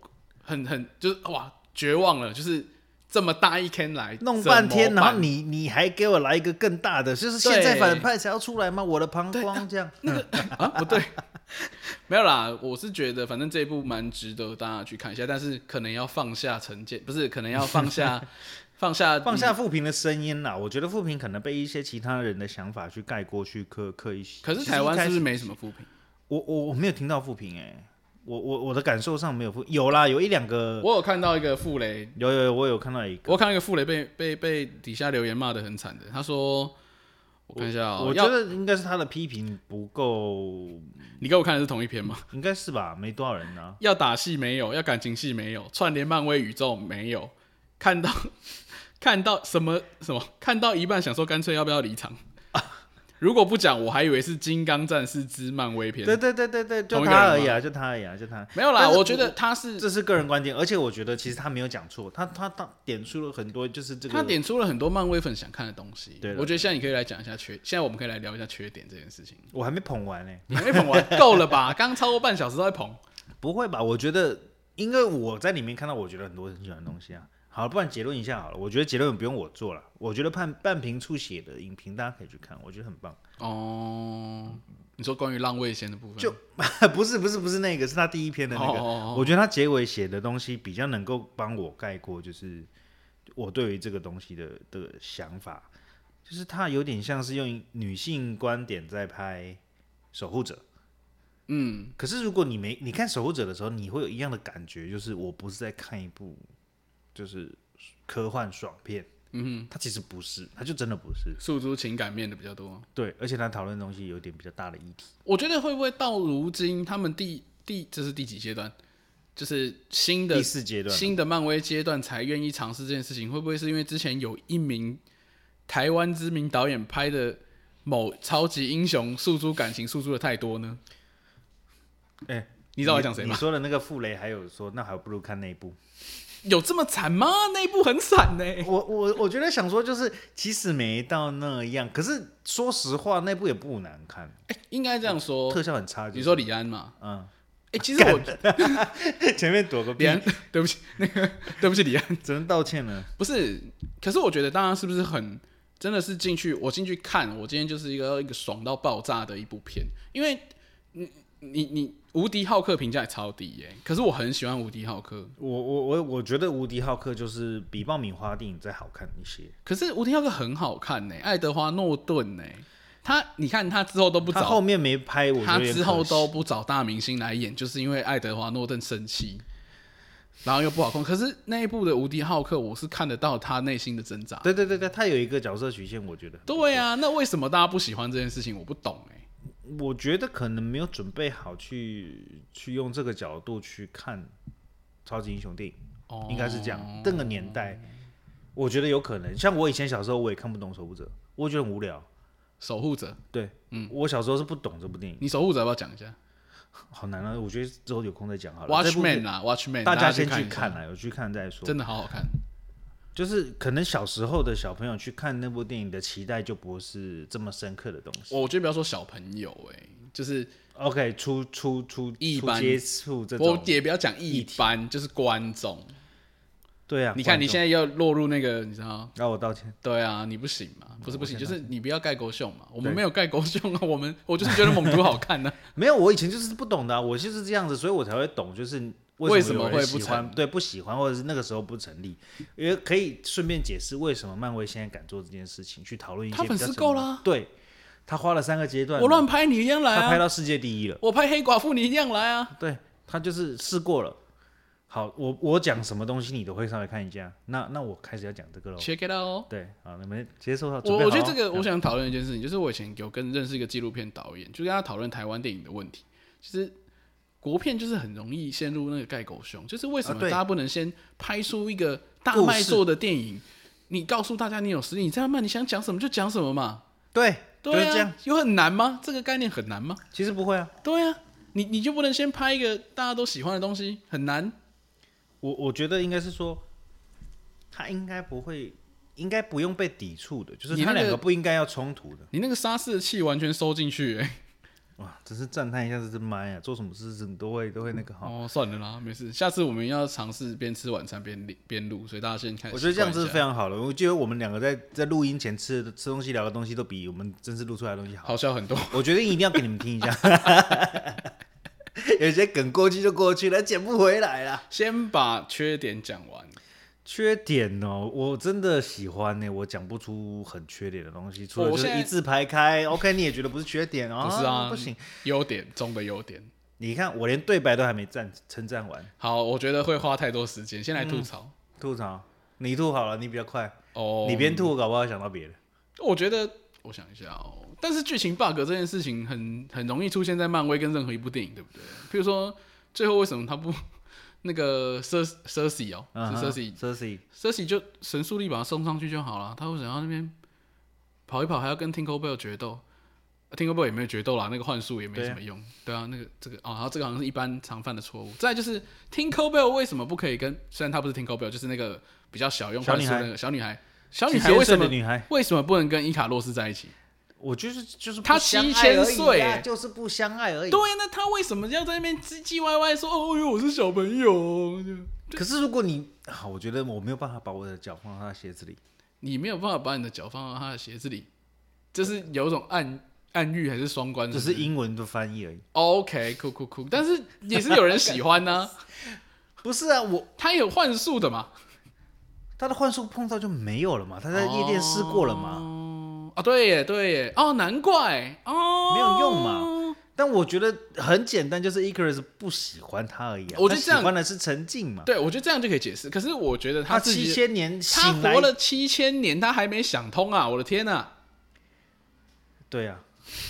A: 很很就是哇绝望了，就是这么大一坑来
B: 弄半天，
A: 怎么
B: 然
A: 办
B: 后你你还给我来一个更大的，就是现在
A: 对
B: 反派才要出来吗？我的膀胱这样，
A: 啊， *laughs* 不对，没有啦，我是觉得反正这一部蛮值得大家去看一下，但是可能要放下成见，不是，可能要放下
B: *laughs*
A: 放下
B: 放下富平的声音啦。我觉得富平可能被一些其他人的想法去盖过去，刻刻意。
A: 可是
B: 其实
A: 台湾
B: 一开
A: 是
B: 始
A: 不是没什么负评？
B: 我我我没有听到负评哎、我我我的感受上没有负，有啦，有一两个，
A: 我有看到一个傅雷，
B: 有有有，我有看到一个，
A: 我有看到一个傅雷被被被底下留言骂的很惨的，他说，我看一下、哦，
B: 我
A: 要
B: 觉得应该是他的批评不够，
A: 你跟我看的是同一篇吗？
B: 应该是吧，没多少人
A: *laughs*
B: 啊。
A: 要打戏没有，要感情戏没有，串联漫威宇宙没有，看到看到什么什么，看到一半想说干脆要不要离场。如果不讲，我还以为是《金刚战士之漫威篇》
B: 对对对对对，就
A: 同一个
B: 他
A: 人
B: 而已啊，就他而已啊，就他。
A: 没有啦。
B: 但是
A: 我觉得他是
B: 这是个人观点，而且我觉得其实他没有讲错，他他他点出了很多，就是这个
A: 他点出了很多漫威粉想看的东西。
B: 对了
A: 我觉得现在你可以来讲一下缺，现在我们可以来聊一下缺点这件事情。
B: 我还没捧完呢、
A: 你还没捧完，够了吧？刚超过半小时都在捧，
B: 不会吧？我觉得，因为我在里面看到，我觉得很多很喜欢的东西啊。好，不然结论一下好了。我觉得结论不用我做了。我觉得半半瓶醋写的影评大家可以去看，我觉得很棒。 *laughs*
A: 哦。你说关于浪味仙的部分，
B: 就不是不是不是那个，是他第一篇的那个。
A: 哦哦哦
B: 我觉得他结尾写的东西比较能够帮我概括，就是我对于这个东西的的想法，就是他有点像是用女性观点在拍《守护者》。嗯，可是如果你没你看《守护者》的时候，你会有一样的感觉，就是我不是在看一部就是科幻爽片。嗯，他其实不是，他就真的不是。
A: 诉诸情感面的比较多。
B: 对，而且他讨论的东西有点比较大的议题。
A: 我觉得会不会到如今，他们第第这是第几阶段？就是新的
B: 第四阶段，
A: 新的漫威阶段才愿意尝试这件事情，会不会是因为之前有一名台湾知名导演拍的某超级英雄诉诸感情诉诸的太多呢？
B: 哎、
A: 你知道我在讲谁
B: 你
A: 吗？
B: 说的那个傅雷，还有说，那还不如看那一部。
A: 有这么惨吗？那一部很惨呢、
B: *laughs* 我我我觉得想说，就是其实没到那样，可是说实话，那部也不难看，
A: 哎应该这样说。
B: 特效很差、就是。
A: 你说李安嘛？
B: 嗯，
A: 哎、其实我
B: 前面躲个
A: 李
B: 屁，
A: 安，对不起，那个对不起李安。
B: 只能道歉了。
A: 不是，可是我觉得大家是不是很真的是进去，我进去看，我今天就是一个一个爽到爆炸的一部片，因为你你你无敌浩克评价也超低耶、可是我很喜欢无敌浩克，
B: 我我我我觉得《无敌浩克》就是比爆米花电影再好看一些，
A: 可是无敌浩克很好看呢、爱德华诺顿呢、他你看他之后都不
B: 他
A: 找
B: 后面没拍，我觉
A: 他
B: 得有点
A: 之后
B: 可惜
A: 都不找大明星来演，就是因为爱德华诺顿生气。然后又不好控，可是那一部的《无敌浩克》，我是看得到他内心的挣扎。
B: 对对对对，他有一个角色曲线，我觉得
A: 对啊，那为什么大家不喜欢这件事情？我不懂哎、
B: 我觉得可能没有准备好去去用这个角度去看超级英雄电影，
A: 哦
B: 应该是这样。那个年代，我觉得有可能。像我以前小时候，我也看不懂《守护者》，我觉得很无聊。
A: 守护者，
B: 对，嗯，我小时候是不懂这部电影，
A: 你守护者要不要讲一下
B: 好难啊！我觉得之后有空再讲好了。这部
A: ？Watchman 啦，Watchman，
B: 大
A: 啊家
B: 家先
A: 去
B: 去
A: 一下，
B: 看啊，有去看再说。
A: 真的好好看。
B: 就是可能小时候的小朋友去看那部电影的期待就不是这么深刻的东西。
A: 我觉得不要说小朋友、哎，就是
B: OK，初初初
A: 一
B: 初
A: 般
B: 接触这
A: 我
B: 种，
A: 也不要讲一般，就是观众。
B: 对啊，
A: 你看你
B: 先，
A: 现在要落入那个，你知道？
B: 让我道歉。
A: 对啊，你不行
B: 嗯
A: 嘛，不是不行，就是你不要盖狗熊嘛。我们
B: 对
A: 没有盖狗熊啊， *laughs* 我们我就是觉得猛毒好看呢、啊
B: 没有，我以前就是不懂的啊、我就是这样子，所以我才会懂，就是为什么
A: 为什么
B: 有
A: 会
B: 人
A: 不
B: 喜欢，
A: 成
B: 对，不喜欢，或者是那个时候不成立，因为可以顺便解释为什么漫威现在敢做这件事情，去讨论一些
A: 他粉丝
B: 比较深
A: 够啦
B: 对，他花了三个阶段，
A: 我乱拍你一样来
B: 他拍
A: 啊，
B: 到世界第一了，
A: 我拍黑寡妇你一样来啊。
B: 对他就是试过了。好，我我讲什么东西你都会稍微看一下，那那我开始要讲这个喽。
A: Check it out。
B: 对，好，你们接受到
A: 哦我我觉得这个我想讨论一件事情，就是我以前有跟认识一个纪录片导演，就跟他讨论台湾电影的问题。其实国片就是很容易陷入那个盖狗熊，就是为什
B: 啊
A: 么
B: 对
A: 大家不能先拍出一个大
B: 故
A: 卖
B: 事
A: 座的电影？你告诉大家你有实力，你这样卖，你想讲什么就讲什么嘛。
B: 对，就
A: 对
B: 是这样。
A: 啊，有很难吗？这个概念很难吗？
B: 其实不会啊，
A: 对啊，你你就不能先拍一个大家都喜欢的东西，很难。
B: 我我觉得应该是说，他应该不会，应该不用被抵触的，就是
A: 你
B: 他
A: 那个
B: 两个不应该要冲突的。
A: 你那个沙士的气完全收进去、欸，
B: 哇，真是赞叹一下这只麦啊！做什么事情都会都会那个哈。
A: 哦，算了啦，没事。下次我们要尝试边吃晚餐边录边录，所以大家先看。
B: 我觉得这样
A: 子
B: 真是非常好了。我觉得我们两个在在录音前吃的吃东西聊的东西，都比我们真实录出来的东西好。
A: 好笑很多。 *laughs*
B: 我决定一定要给你们听一下。 *laughs* 有些梗过去就过去了，捡不回来了。
A: 先把缺点讲完，
B: 缺点哦，我真的喜欢呢、我讲不出很缺点的东西，除了就
A: 我
B: 是
A: 现在
B: 一字排开。OK，你也觉得不是
A: *laughs*
B: 缺点啊？
A: 不是啊
B: 不行。
A: 优点中的优点。
B: 你看，我连对白都还没赞称赞完，
A: 好，我觉得会花太多时间，先来吐槽。
B: 吐槽你吐好了，你比较快，
A: 哦，
B: 嗯你边吐，我搞不好想到别的。
A: 我觉得，我想一下哦。但是剧情 bug 这件事情很很容易出现在漫威跟任何一部电影，对不对？譬如说，最后为什么他不 *laughs* 那个 Cer Cersei 哦，
B: 嗯
A: 是
B: 哼
A: Cersei
B: Cersei，
A: Cersei 就神速力把他送上去就好了，他为什么要那边跑一跑还要跟 Tinkle Bell 决斗、啊、？Tinkle Bell 也没有决斗啦，那个幻术也没
B: 对啊
A: 什么用。对啊，那个这个哦，然后这个好像是一般常犯的错误。再来就是 Tinkle Bell 为什么不可以跟？虽然他不是 Tinkle Bell，就是那个比较小用
B: 小
A: 幻
B: 女
A: 术
B: 孩
A: 那个小女孩，小女
B: 七
A: 孩
B: 千
A: 为
B: 岁
A: 什
B: 的
A: 么
B: 女孩。
A: 为什么不能跟伊卡洛斯在一起？
B: 我就是就是
A: 他
B: 不相
A: 7000
B: 爱而已
A: 岁
B: 啊
A: 欸
B: 就是不相爱而已
A: 对。啊，那他为什么要在那边唧唧歪歪说哦哟我是小朋友哦？就
B: 可是如果你好，我觉得我没有办法把我的脚放到他的鞋子里，
A: 你没有办法把你的脚放到他的鞋子里，这是有一种暗暗喻还是双关？
B: 只
A: 是不
B: 是
A: 是
B: 英文的翻译而已。
A: OK，酷酷酷，但是也是有人喜欢
B: *laughs*
A: 呢、
B: 不是啊，我
A: 他也有幻术的嘛，
B: 他的幻术碰到就没有了嘛，他在夜店试过了嘛。
A: 哦，啊，对耶，对耶，哦，难怪哦，
B: 没有用嘛。但我觉得很简单，就是 Icarus 不喜欢他而已、啊。
A: 我
B: 他
A: 就
B: 喜
A: 这样
B: 欢的是沉静嘛。
A: 对，我觉得这样就可以解释。可是我觉得
B: 他
A: 自
B: 七
A: 己，
B: 千年
A: 他
B: 醒来
A: 活，了七千年，他还没想通啊！我的天呐、
B: 对啊，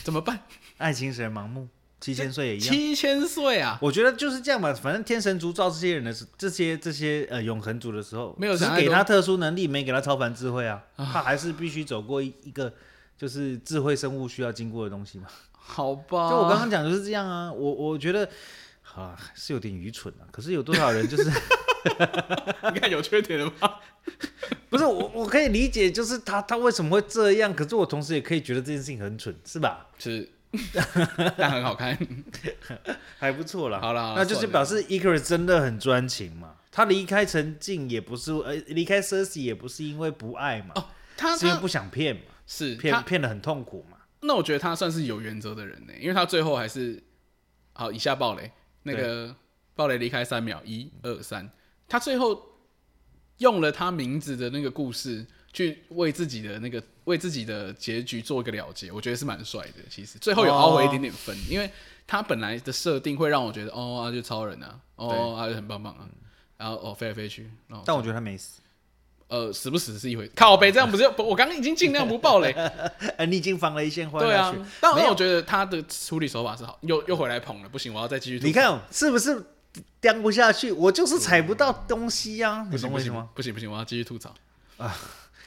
A: 怎么办？
B: 爱情使人盲目，七千岁也一样。
A: 七千岁啊！
B: 我觉得就是这样吧，反正天神族造这些人的时，这些这些呃永恒族的时候，
A: 没有
B: 只是
A: 想太
B: 给
A: 多
B: 他特殊能力，没给他超凡智慧啊，他还是必须走过一一个就是智慧生物需要经过的东西嘛。
A: 好吧，
B: 就我刚刚讲就是这样啊，我我觉得啊是有点愚蠢啊，可是有多少人就是
A: 你看有缺点了吧？
B: 不是我我可以理解，就是他他为什么会这样，可是我同时也可以觉得这件事情很蠢，是吧？
A: 是， *laughs* 但很好看。
B: 还不错啦，
A: 好啦好啦
B: 那就是
A: 算了
B: 表示 Icarus 真的很专情嘛。他离开沉静也不是，呃，离开 Cersei 也不是因为不爱嘛，
A: 哦，他
B: 是因为
A: 他
B: 不想骗嘛，
A: 是他
B: 骗骗的很痛苦嘛。
A: 那我觉得他算是有原则的人呢，因为他最后还是好以下暴雷，那个暴雷离开三秒，一二三，他最后用了他名字的那个故事去为自己的那个为自己的结局做一个了结，我觉得是蛮帅的。其实最后有
B: 哦
A: 凹回一点点分，因为他本来的设定会让我觉得哦，他、就超人啊，哦，他、就很棒棒啊，然后哦飞来飞去，然后
B: 但我觉得他没死。 *laughs*
A: 呃死不死是一回，靠北这样不是我刚刚已经尽量不暴雷，
B: 哎，你已经防了一线花
A: 对
B: 下
A: 啊
B: 去，，
A: 但
B: 没有
A: 我觉得他的处理手法是好，又又回来捧了，不行，我要再继续吐槽。
B: 你看哦是不是叼不下去？我就是踩不到东西呀、啊，
A: 不
B: 你
A: 行，
B: 懂
A: 不
B: 我意思
A: 行
B: 吗？？
A: 不行不行，我要继续吐槽。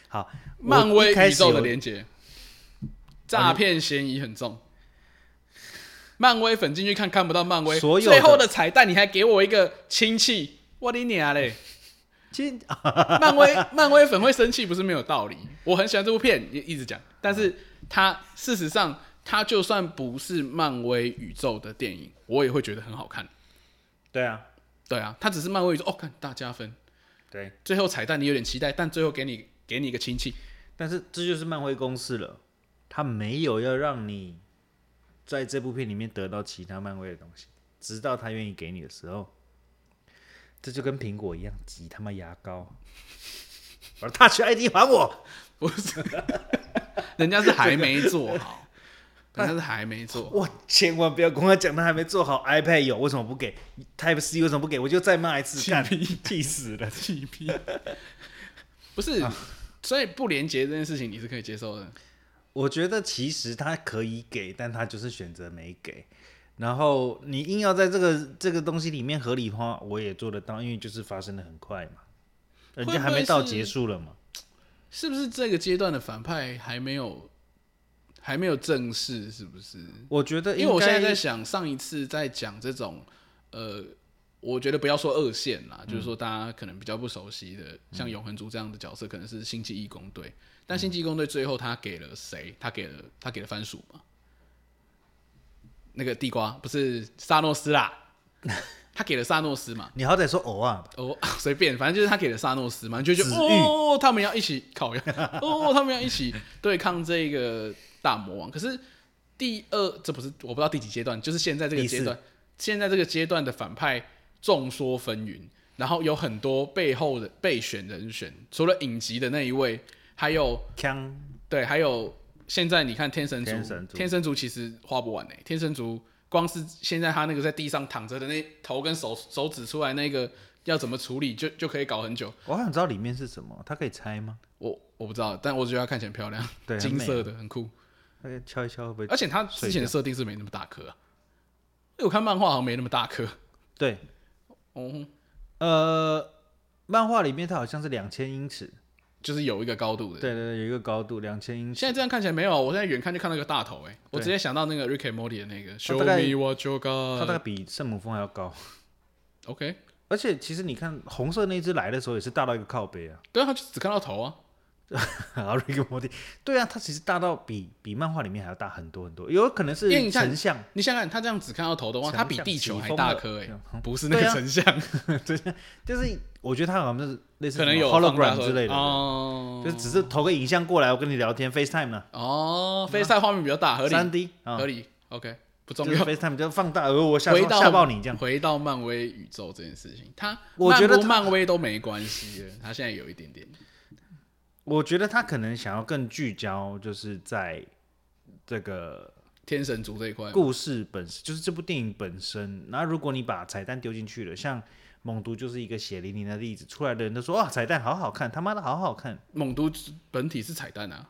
B: 好，
A: 漫
B: 我
A: 威
B: 一开
A: 宇
B: 始
A: 宙的
B: 有哦
A: 连接，诈骗嫌疑很重。漫威粉进去看看不到漫威，
B: 所有的
A: 最后的彩蛋，你还给我一个亲戚，我的娘
B: *laughs*
A: 嘞！
B: 其实
A: 漫威漫威粉会生气不是没有道理。我很喜欢这部片，也一直讲，但是它事实上，它就算不是漫威宇宙的电影，我也会觉得很好看。
B: 对啊，
A: 对啊，它只是漫威宇宙哦，看大加分。
B: 对，
A: 最后彩蛋你有点期待，但最后给你给你一个亲戚，
B: 但是这就是漫威公式了，他没有要让你在这部片里面得到其他漫威的东西，直到他愿意给你的时候，这就跟苹果一样挤他妈牙膏。我他去 ID 还我，
A: 不是，人家是还没做好，人家是还没做。
B: 我千万不要跟我讲他还没做好 iPad 有，为什么不给 Type C 为什么不给？我就再骂一次，
A: 气
B: 干
A: 屁
B: 气死了！
A: 屁屁，不是，所以不连接这件事情你是可以接受的。
B: 我觉得其实他可以给，但他就是选择没给。然后你硬要在这个这个东西里面合理化，我也做得到，因为就是发生的很快嘛，人家还没到结束了嘛。
A: 是不是这个阶段的反派还没有还没有正式？是不是？
B: 我觉得应该，
A: 因为我现在在想，上一次在讲这种，呃，我觉得不要说二线啦，
B: 嗯
A: 就是说大家可能比较不熟悉的，像永恒族这样的角色，可能是星际义工队。但星际义工队最后他给了谁？他给了他给了番薯嘛？那个地瓜，不是萨诺斯
B: *laughs*
A: 啦，他给了萨诺斯嘛，
B: 你好歹说偶尔吧，
A: 哦， *laughs* 随便，反正就是他给了萨诺斯嘛，你就觉得
B: 子玉
A: 哦，他们要一起烤羊， *laughs* 哦，他们要一起对抗这个大魔王。可是第二，这不是我不知道第几阶段，就是现在这个
B: 第四
A: 阶段，现在这个阶段的反派众说纷纭，然后有很多背后的备选人选，除了影集的那一位，还有
B: 锵，
A: 对，还有现在你看天神族，
B: 天神族
A: 神族其实花不完呢、天神族光是现在他那个在地上躺着的那头跟手手指出来那个要怎么处理，就就可以搞很久。
B: 我好想知道里面是什么，他可以
A: *laughs*
B: 拆吗？
A: 我我不知道，但我觉得它看起来很漂亮，
B: 对很
A: 金
B: 美
A: 色的很酷，
B: 他可以敲一敲会不会？
A: 而且它之前的设定是没那么大颗、啊，因为我看漫画好像没那么大颗。啊
B: 对，
A: 哦，
B: 呃，漫画里面它好像是两千英尺，
A: 就是有一个高度的。
B: 对对对，有一个高度两千英尺，
A: 现在这样看起来没有，啊我现在远看就看到一个大头、欸，我
B: 嗯对
A: 直接想到那个 Rick and Morty 的那个 Show
B: 大概
A: me what you
B: 它大
A: got。
B: 概比圣母峰还要高。
A: OK，
B: 而且其实你看红色那只来的时候也是大到一个靠背啊，
A: 对啊，他就只看到头啊。
B: 然后 Rick and Morty，对啊，它其实大到比比漫画里面还要大很多很多，有可能是
A: 因为你看
B: 成像，
A: 你想想看，他这样只看到头的话，
B: 成
A: 他
B: 像
A: 比地球还大颗哎、
B: 起风
A: 不是那个
B: 对啊
A: 成
B: *laughs*
A: 像，
B: 就是我觉得它好像是类似
A: 可能
B: 什么
A: 有
B: hologram 之类的，
A: 哦，
B: 就是只是投个影像过来，我跟你聊天 FaceTime 呢、
A: 哦，飞赛画面比较大，合理，
B: 嗯三 D 啊
A: 合，理，OK，不重
B: 就
A: 要
B: 是。FaceTime 就放大，而我吓
A: 回到
B: 吓爆你这样。
A: 回到漫威宇宙这件事情，他
B: 我觉得
A: 漫不
B: 他
A: 漫威都没关系了，他现在有一点点，
B: 我觉得他可能想要更聚焦，就是在这个
A: 天神族这一块，
B: 故事本身，就是这部电影本身。那如果你把彩蛋丢进去了，像猛毒就是一个血淋淋的例子，出来的人都说哇，彩蛋好好看，他妈的好好看。
A: 猛毒本体是彩蛋啊，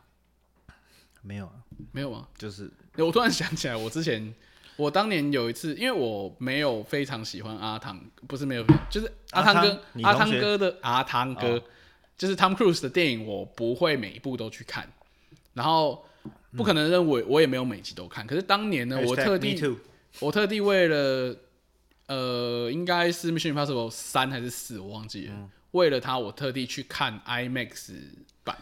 B: 没有啊，
A: 没有吗？
B: 就是
A: *laughs* 我突然想起来，我之前我当年有一次，因为我没有非常喜欢阿汤，不是没有，就是阿汤
B: 阿
A: 哥
B: 汤你，
A: 阿
B: 同
A: 汤
B: 学哦
A: 哥的阿汤哥，就是 Tom Cruise 的电影，我不会每一部都去看，然后不可能认为我也没有每集都看，可是当年呢，我
B: 嗯 hashtag
A: 特
B: me
A: 地
B: too
A: 我特地为了呃，应该是 Mission Impossible 三还是四，我忘记了，为了它我特地去看 IMAX 版。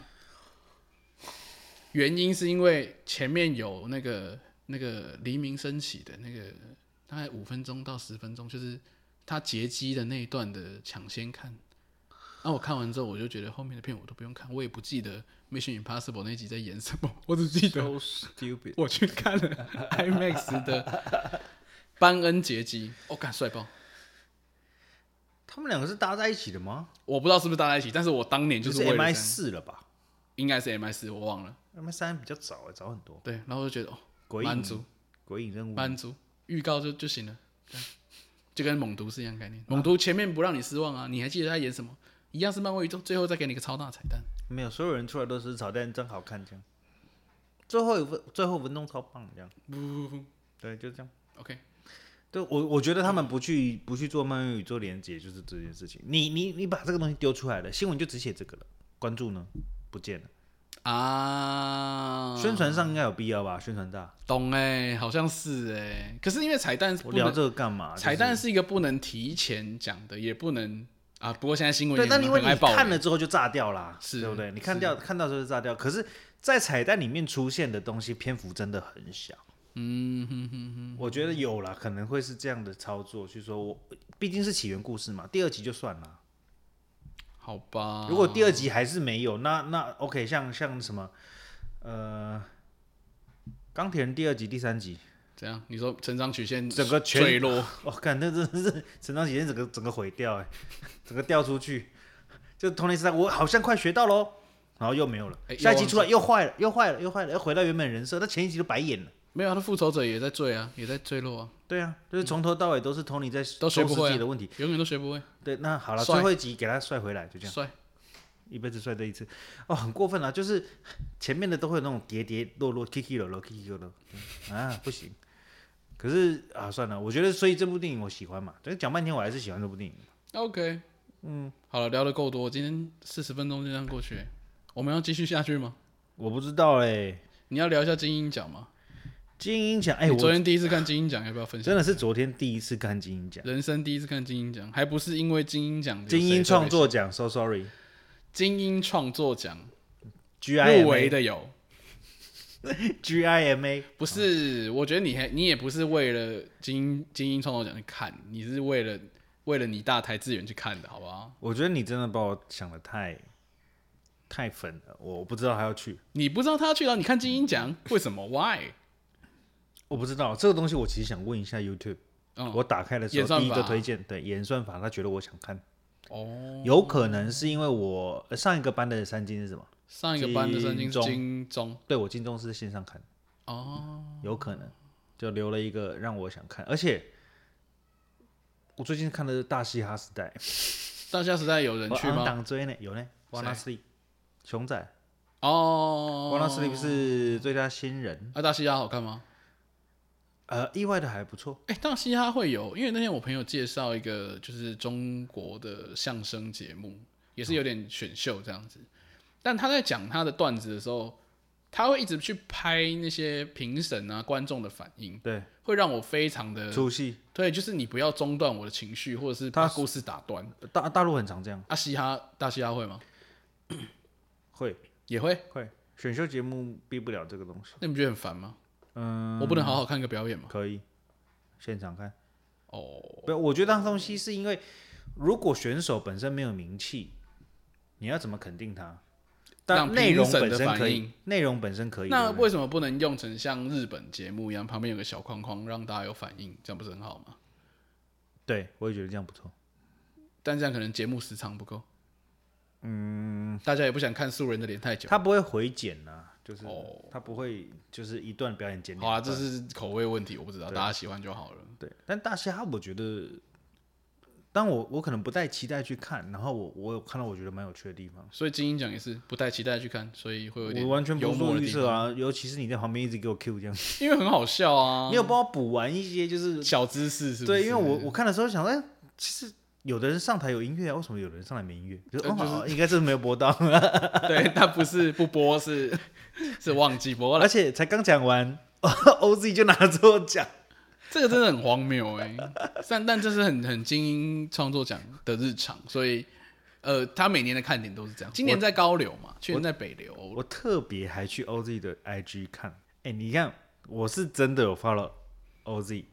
A: 原因是因为前面有那个那个黎明升起的那个大概五分钟到十分钟，就是他劫机的那一段的抢先看。那、我看完之后，我就觉得后面的片我都不用看，我也不记得《Mission Impossible》那集在演什么， *laughs* 我只记得
B: so stupid。
A: *laughs* 我去看了 IMAX 的班恩劫机，我、哦、干帅爆！
B: 他们两个是搭在一起的吗？
A: 我不知道是不是搭在一起，但是我当年
B: 就
A: 就是
B: 是
A: 为了这样，
B: MI 四了吧
A: 应该是 MI 四，我忘了。
B: ？MI 三比较早、早很多。
A: 对，然后我就觉得哦，
B: 鬼
A: 满
B: 影
A: 足，
B: 鬼影任务
A: 满足预告就就行了，对就跟猛毒是一样概念。猛毒前面不让你失望啊，你还记得他演什么？一样是漫威宇宙，最后再给你一个超大彩蛋。
B: 没有，所有人出来都是炒蛋真好看这样。最后一分最后一分钟超棒这样，对，就这样。
A: OK，
B: 对我我觉得他们不去不去做漫威宇宙连接，就是这件事情。你你你把这个东西丢出来了，新闻就只写这个了，关注呢不见了。
A: 啊，
B: 宣传上应该有必要吧？宣传大，
A: 懂哎、好像是哎、可是因为彩蛋是
B: 我
A: 不
B: 聊
A: 能，
B: 这个干嘛？
A: 彩
B: 啊就
A: 蛋是一个不能提前讲的，也不能啊。不过现在新
B: 是
A: 闻
B: 对，但因为
A: 很爱
B: 你
A: 爆
B: 看了之后就炸掉啦，
A: 是
B: 对不对？你看掉看到之后就炸掉，可是，在彩蛋里面出现的东西篇幅真的很小。
A: 嗯哼哼哼，
B: 我觉得有啦，可能会是这样的操作，去说我毕竟是起源故事嘛，第二集就算了。
A: 好吧。
B: 如果第二集还是没有，那那 OK，像像什么，呃，钢铁人第二集、第三集，
A: 怎样？你说成长曲线
B: 整个全
A: 坠落，
B: 我、 *laughs* 哦、看那真的是成长曲线整个整个毁掉、哎，整个掉出去，就同类似我好像快学到喽，然后又没有了，
A: 哎
B: 下一集出来又坏了，又坏了，又坏了，又回到原本人设，那前一集都白演了。
A: 没有啊，他复仇者也在坠啊，也在坠落啊，
B: 对啊，就是从头到尾都是 Tony 在
A: 都学
B: 收
A: 不
B: 拾
A: 会啊
B: 自己的问题。
A: 永远都学不会。
B: 对，那好了，
A: 帅
B: 最后一集给他帅回来，就这样。
A: 帅，
B: 一辈子帅这一次，哦，很过分啊！就是前面的都会有那种跌跌落落、起起落落、起起落落，嗯啊，不行。可是啊，算了，我觉得，所以这部电影我喜欢嘛，但讲半天我还是喜欢这部电影。
A: OK，嗯，好了，聊的够多，今天四十分钟就这样过去欸，我们要继续下去吗？
B: 我不知道哎、
A: 你要聊一下金鹰奖吗？
B: 金鹰奖哎，
A: 你昨
B: 我
A: 天第一次看金鹰奖，要不要分享？
B: 真的是昨天第一次看金鹰奖，
A: 人生第一次看金鹰奖，还不是因为金鹰嗯奖有谁
B: 金鹰
A: 特别
B: 创作奖，so sorry，
A: 金鹰创作奖
B: G I
A: 入围的有
B: *laughs* G I M A
A: 不是，我觉得你还你也不是为了精英精英创作奖去看，你是为了为了你大台资源去看的，好不好？
B: 我觉得你真的把我想的太太粉了，我不知道他要去，
A: 你不知道他去了，你看精英奖，为什么？Why？
B: 我不知道这个东西，我其实想问一下 YouTube，、
A: 嗯
B: 我打开的时
A: 演
B: 候
A: 算
B: 第一个
A: 法
B: 推荐，对演算法，他觉得我想看，
A: 哦，
B: 有可能是因为我呃上一个班的三金是什么？
A: 上一个班的圣经
B: 金钟
A: 金钟
B: 对我金钟是线上看，
A: 哦，
B: 有可能就留了一个让我想看，而且我最近看的是《大嘻哈时代》，
A: 大夏时代有人
B: 我
A: 去吗？
B: 党追呢有呢，Wanna Sleep，熊仔
A: 哦，
B: ，Wanna Sleep 是最佳新人，
A: 啊，大西亚好看吗？
B: 呃，意外的还不错，
A: 哎、大嘻哈会有，因为那天我朋友介绍一个就是中国的相声节目，也是有点选秀这样子。但他在讲他的段子的时候，他会一直去拍那些评审啊、观众的反应，
B: 对，
A: 会让我非常的
B: 出戏，
A: 对，就是你不要中断我的情绪，或者是把故事打断。
B: 大大陆很常这样，
A: 啊，嘻哈大嘻哈会吗？
B: 会
A: 也会？
B: 会选秀节目避不了这个东西，
A: 那你不觉得很烦吗？
B: 嗯，
A: 我不能好好看个表演吗？
B: 可以现场看。
A: 哦，
B: 不，我觉得那东西是因为，如果选手本身没有名气，你要怎么肯定他？但
A: 让
B: 内容
A: 评审
B: 本
A: 的
B: 身
A: 反
B: 可以
A: 应，
B: 内容本身可以。
A: 那
B: 对不对
A: 为什么不能用成像日本节目一样，旁边有个小框框让大家有反应，这样不是很好吗？
B: 对我也觉得这样不错。
A: 但这样可能节目时长不够。嗯，大家也不想看素人的脸太久。
B: 他不会回剪啊，就是
A: 哦
B: 他不会就是一段表演剪
A: 好啦，啊
B: 两
A: 这
B: 段。
A: 是口味问题，我不知道，大家喜欢就好了。
B: 对，但大虾我觉得，但我我可能不带期待去看，然后我我有看到我觉得蛮有趣的地方。
A: 所以金鹰奖也是不带期待去看，所以会有一点
B: 我完全
A: 幽
B: 不
A: 默
B: 做
A: 的
B: 预
A: 地
B: 设啊，尤其是你在旁边一直给我 Q 这样，
A: 因为很好笑啊
B: 你。有帮我补完一些就是
A: 小知识是不是？
B: 对，因为我我看的时候想，哎、其实有的人上台有音乐啊，为什么有的人上来没音乐？就是、
A: 呃
B: 哦，
A: 就是
B: 好应该是没有播到，
A: *laughs* 对他不是不播，是 *laughs* 是忘记播了。
B: 而且才刚讲完 *laughs* ，OZ 就拿错奖，
A: 这个真的很荒谬哎、但但这是很很精英创作奖的日常，所以呃，他每年的看点都是这样。今年在高流嘛，去年在北流。
B: 我特别还去 OZ 的 IG 看，哎、你看我是真的有 follow OZ，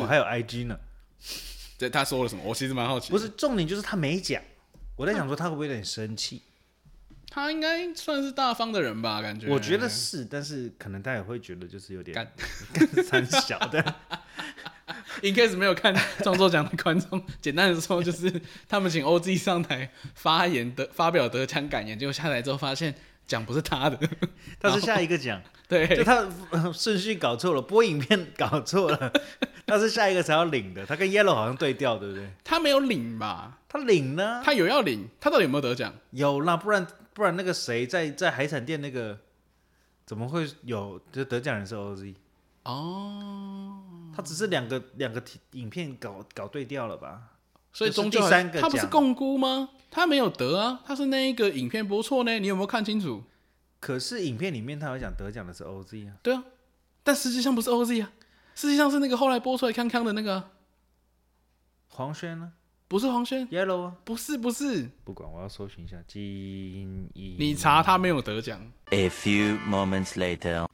B: 我还有 IG 呢，
A: 这他说了什么？我其实蛮好奇的。
B: 不是重点就是他没讲，我在想说他会不会有点生气，
A: 他应该算是大方的人吧？感觉
B: 我觉得是，但是可能他也会觉得就是有点
A: 干
B: *laughs* 干三小的，
A: in case 没有
B: *laughs*
A: 看创作奖的观众，简单的说就是他们请 OZ 上台发言的发表得奖感言，结果下来之后发现奖不是他的， *laughs*
B: 他是下一个奖。就
A: 对，
B: 他呃顺序搞错了，播影片搞错了，他是下一个才要领的，他跟 Yellow 好像对调，对不对？
A: 他没有领吧？
B: 他领呢，
A: 他有要领，他到底有没有得奖？
B: 有啦，不然不然那个谁在在海产店那个怎么会有？就得奖人是 OZ，
A: 哦，
B: 他只是两个两个题影片搞搞对调了吧？
A: 所以
B: 就是
A: 终究
B: 第
A: 还
B: 三个
A: 他不是
B: 奖
A: 共估吗？他没有得啊，他是那一个影片不错呢，你有没有看清楚？
B: 可是影片里面他有讲得奖的是 OZ 啊，
A: 对啊，但实际上不是 OZ 啊，实际上是那个后来播出来康康的那个啊，
B: 黄轩呢
A: 不是黄轩，
B: ？Yellow 啊，
A: 不是不是，
B: 不管我要搜寻一下金一，
A: 你查他没有得奖。
C: A few moments later.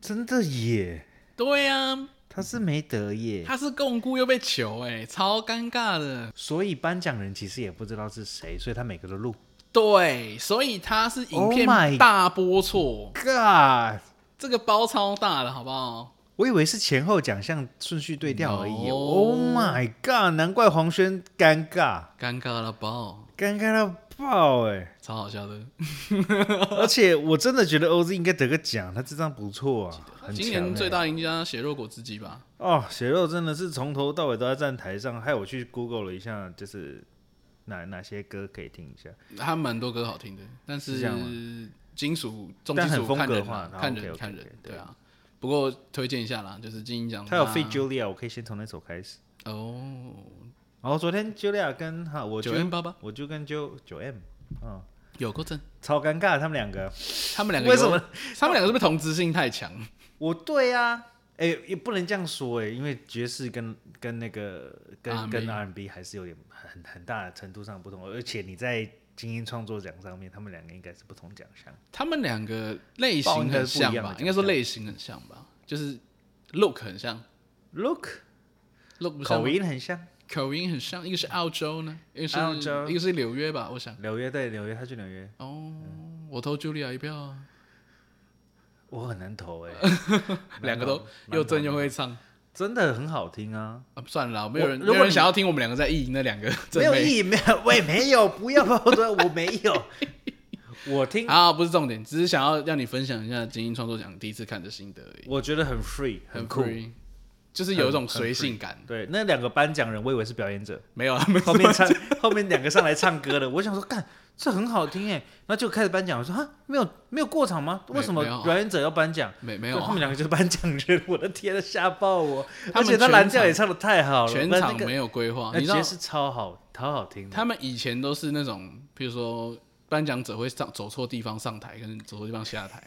B: 真的耶，
A: 对啊，
B: 他是没得耶。
A: 他是共估又被求、哎，超尴尬的。
B: 所以颁奖人其实也不知道是谁，所以他每个都录。
A: 对，所以他是影
B: Oh
A: 片
B: my-
A: 大播错
B: God，
A: 这个包超大的，好不好？
B: 我以为是前后奖项顺序对调而已。
A: No
B: Oh my God，难怪黄轩尴尬，
A: 尴尬了爆，
B: 尴尬到爆
A: *laughs*
B: 哎、
A: 超好笑的。
B: 而且我真的觉得 OZ 应该得个奖，他这张不错啊，很
A: 今
B: 强
A: 年
B: 欸
A: 最大赢家血肉果汁机吧？
B: 哦，血肉真的是从头到尾都在站台上，害我去 Google 了一下，就是哪哪些歌可以听一下，
A: 他蛮多歌好听的，但
B: 是这样
A: 是金属重金
B: 但很
A: 属
B: 风
A: 看
B: 格
A: 人、
B: 化
A: 啊
B: 然、后
A: 看
B: OK，OK，
A: 人看
B: OK，
A: 人，对啊。不过推荐一下啦，就是金鹰奖，
B: 他有
A: 那
B: f e Julia，我可以先从那首开始。
A: 哦，
B: 然后昨天 Julia 跟哈，我就
A: 九 M 八八
B: 我就跟 Jo 九 M，嗯，
A: 有够正，
B: 超尴尬，他们两个。
A: 他们两个
B: 为什
A: 有
B: 么？
A: 他们两个是不是同质性太强？
B: 我对啊，哎、也不能这样说哎、因为爵士跟跟那个跟
A: R&B
B: 跟 R&B 还是有点很很大的程度上不同，而且你在精英创作奖上面，他们两个应该是不同奖项。
A: 他们两个类型很像吧？应该说类型很像吧，就是 look 很像
B: Look，
A: ，look 不像吗
B: 口音很像。
A: 口音很像，一个是澳洲呢，一个是
B: 澳洲
A: 一个是纽约吧？我想
B: 纽约对纽约，他去纽约，
A: 哦，我投 Julia 一票啊，
B: 我很难投哎、
A: *laughs* 两个都
B: 蛮好
A: 又正又会唱
B: 真的很好听啊，
A: 啊，算了啦，没有人
B: 我
A: 没
B: 如果
A: 有人
B: 你
A: 想要听我们两个在意淫那两个
B: 没
A: 正
B: 有
A: 妹
B: 意义，没有，我也没有，不要把我说我没有， *laughs* 我听，
A: 啊，不是重点，只是想要让你分享一下精英创作奖第一次看的心得而已，
B: 我觉得很 free，
A: 很
B: 酷。
A: free，就是有一种
B: 很
A: 随性感，
B: 对，那两个颁奖人，我以为是表演者，
A: 没有啊，没有
B: 后面唱，后面两个上来唱歌的，我想说，干，这很好听哎，那就开始颁奖，我说哈，没有没有过场吗？
A: 没
B: 为什么
A: 没有
B: 表演者要颁奖？
A: *laughs* 没没有
B: 对他
A: 啊
B: 们，两个就是颁奖人，我的天呐，吓爆我！
A: 他
B: 而
A: 们
B: 且他
A: 全
B: 蓝调
A: 场
B: 也唱的太 *laughs* 好了，
A: 全
B: 那
A: 场
B: 那个
A: 没有规划，
B: 那
A: 你知
B: 其
A: 道
B: 实是超好，超好听的。
A: 他们以前都是那种，譬如说颁奖者会上走错地方上台，跟走错地方下
B: *laughs*
A: 台，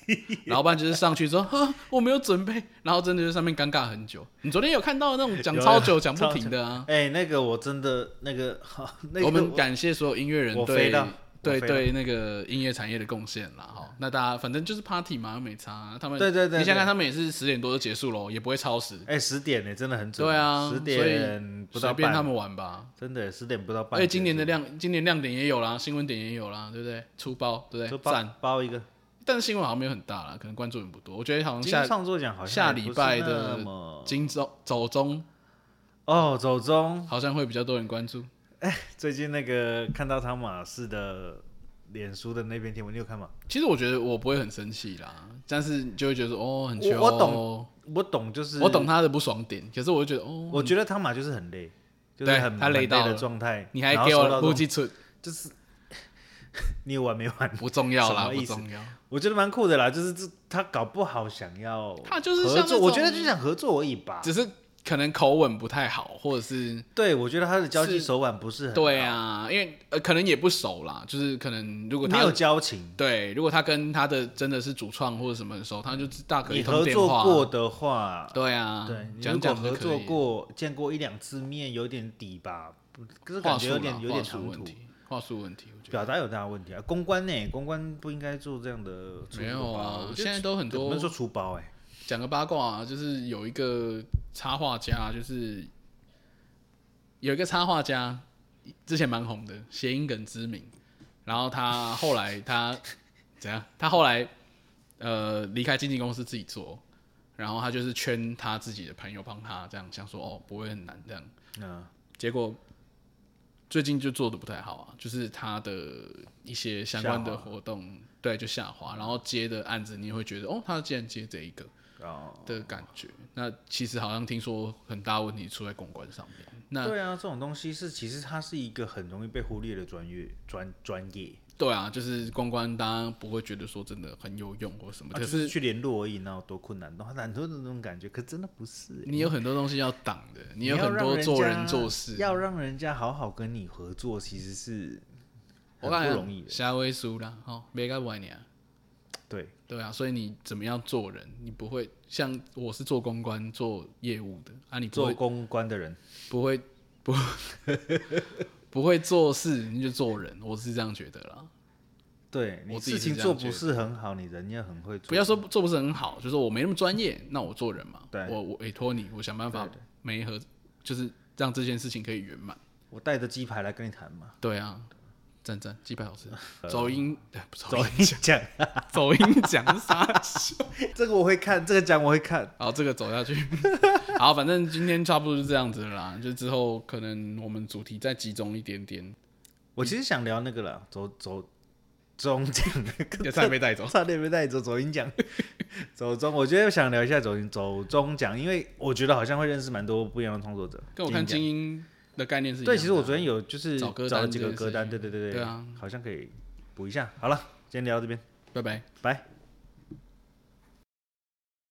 A: 然后不然就是上去说啊我没有准备，然后真的就上面尴尬很久。你昨天有看到那种讲
B: *laughs* 有
A: 超
B: 有
A: 久讲不
B: 超
A: 停
B: 久
A: 的啊？
B: 哎、那个我真的那个好，那个
A: 我们感谢所有音乐人
B: 我
A: 对
B: 飞到
A: 对
B: 我飞
A: 对那个音乐产业的贡献啦。哈，那大家反正就是 party 嘛，没差啊、他们
B: 对对对
A: 你想想看
B: 对
A: 他们也是十点多就结束喽，也不会超时，
B: 哎十、点呢、真的很准，
A: 对啊，
B: 十
A: 所
B: 点
A: 以
B: 不到
A: 随便
B: 半
A: 他们玩吧。
B: 真的十点不到
A: 而
B: 半
A: 且
B: 结束，
A: 今年的亮，今年亮点也有啦，新闻点也有啦，对不对？出包，对不
B: 就
A: 对？
B: 包
A: 赞，
B: 包一个，
A: 但是新闻好像没有很大啦，可能关注人不多。我觉得好像
B: 今
A: 下
B: 天创作奖好像
A: 下
B: 也
A: 礼
B: 不是
A: 拜
B: 那
A: 的
B: 么
A: 金周走中
B: 哦，走中
A: 好像会比较多人关注。
B: *laughs* 最近那个看到汤马士的脸书的那篇贴文，你有看吗？
A: 其实我觉得我不会很生气啦，但是就会觉得说哦很
B: 我
A: 穷。
B: 我懂，我懂，就是
A: 我懂，他的不爽点，可是我就觉得哦，
B: 我觉得汤马就是很累，就是
A: 对
B: 很
A: 他
B: 很
A: 累
B: 累
A: 到
B: 的
A: 了
B: 状态，
A: 你还
B: 然后
A: 给
B: 收
A: 我
B: 到这
A: 估
B: 种
A: 计出
B: *laughs* 你有完没完？
A: 不重要啦，
B: 什么
A: 不
B: 意思
A: 重要。
B: 我觉得蛮酷的啦，就是这他搞不好想要
A: 他就是像
B: 合
A: 那
B: 作，
A: 种
B: 我觉得就想合作而已吧。
A: 只是可能口吻不太好，或者是
B: 对，我觉得他的交际
A: 是
B: 手腕不是很好
A: 对，啊，因为呃可能也不熟啦，就是可能如果
B: 没
A: 他
B: 有交情。
A: 对，如果他跟他的真的是主创或者什么的时候，他就大可以
B: 你
A: 通
B: 合
A: 电
B: 作
A: 话啊。
B: 过的话，
A: 对啊，
B: 对，你如
A: 讲
B: 果
A: 讲就
B: 合
A: 可
B: 作
A: 以
B: 过、见过一两次面，有点底吧，不可是
A: 话
B: 感觉
A: 术
B: 有
A: 啦
B: 点有点
A: 话术
B: 唐
A: 问
B: 突
A: 题，，话术问题，我觉得
B: 表达有大问题啊。公关呢，公关不应该做这样的处理吧。
A: 没有啊
B: 我觉得
A: 现在都很多
B: 我们说出包哎，
A: 讲个八卦啊，就是有一个插画家，就是有一个插画家之前蛮红的，谐音梗知名，然后他后来他怎样？他后来呃离开经纪公司自己做，然后他就是圈他自己的朋友帮他这样，想说哦不会很难这样。
B: 嗯，
A: 结果最近就做的不太好啊，就是他的一些相关的
B: 下滑
A: 活动，对，就下滑，然后接的案子你也会觉得，哦，他竟然接这一个
B: 哦，
A: 的感觉。那其实好像听说很大问题出在公关上面。 *laughs* 那
B: 对啊，这种东西是其实它是一个很容易被忽略的专业专专业。
A: 对啊，就是公关，大家不会觉得说真的很有用或什么，
B: 啊
A: 可
B: 就是去联络而已，那有多困难？很多的那种感觉，可真的不是欸、
A: 你有很多东西要挡的，你有
B: 要
A: 很
B: 让
A: 多做
B: 家
A: 人做事。
B: 要让人家好好跟你合作，其实是
A: 我
B: 很
A: 感
B: 不容易
A: 觉
B: 的。
A: 夏威输啦，哦，没干完你啊。
B: 对，
A: 对啊，所以你怎么样做人，你不会像我是做公关、做业务的啊，你不
B: 做
A: 会
B: 公关的人，
A: 不会不 *laughs* 不会做事，你就做人，我是这样觉得啦。
B: 对你
A: 我自己是
B: 事情
A: 这样
B: 做
A: 觉
B: 不是很好，你人要很会做。
A: 不要说做不是很好，就是我没那么专业，那我做人嘛，
B: 对
A: 我我委托你，我想办法
B: 对
A: 没和，就是让这件事情可以圆满。
B: 我带着鸡排来跟你谈
A: *laughs*
B: 嘛，
A: 对啊，赞赞，几百小时，走音，对，不是走
B: 呃走
A: 音，
B: *laughs* 一讲，
A: *laughs* 走音讲啥？
B: 这个我会看，这个讲我会看。
A: *laughs* 好，这个走下去。 *laughs* 好，反正今天差不多是这样子了啦。就之后可能我们主题再集中一点
B: *laughs*
A: 点，
B: 我其实想聊那个啦，走走
A: *laughs*
B: 中奖，
A: 也差点被带走。
B: 差点被带走走
A: *laughs*
B: 音奖，走中。我觉得想聊一下走音走中奖，因为我觉得好像会认识蛮多不一样的创作者。
A: 跟我看
B: 金鹰奖
A: 精英的概念是一样的啊
B: 对，其实我昨天有就是
A: 找歌单
B: 找了几个
A: 这件事
B: 歌单，
A: 情
B: 对对对
A: 对啊
B: 好像可以补一下。好了，今天聊到这边，
A: 拜拜。
B: 拜。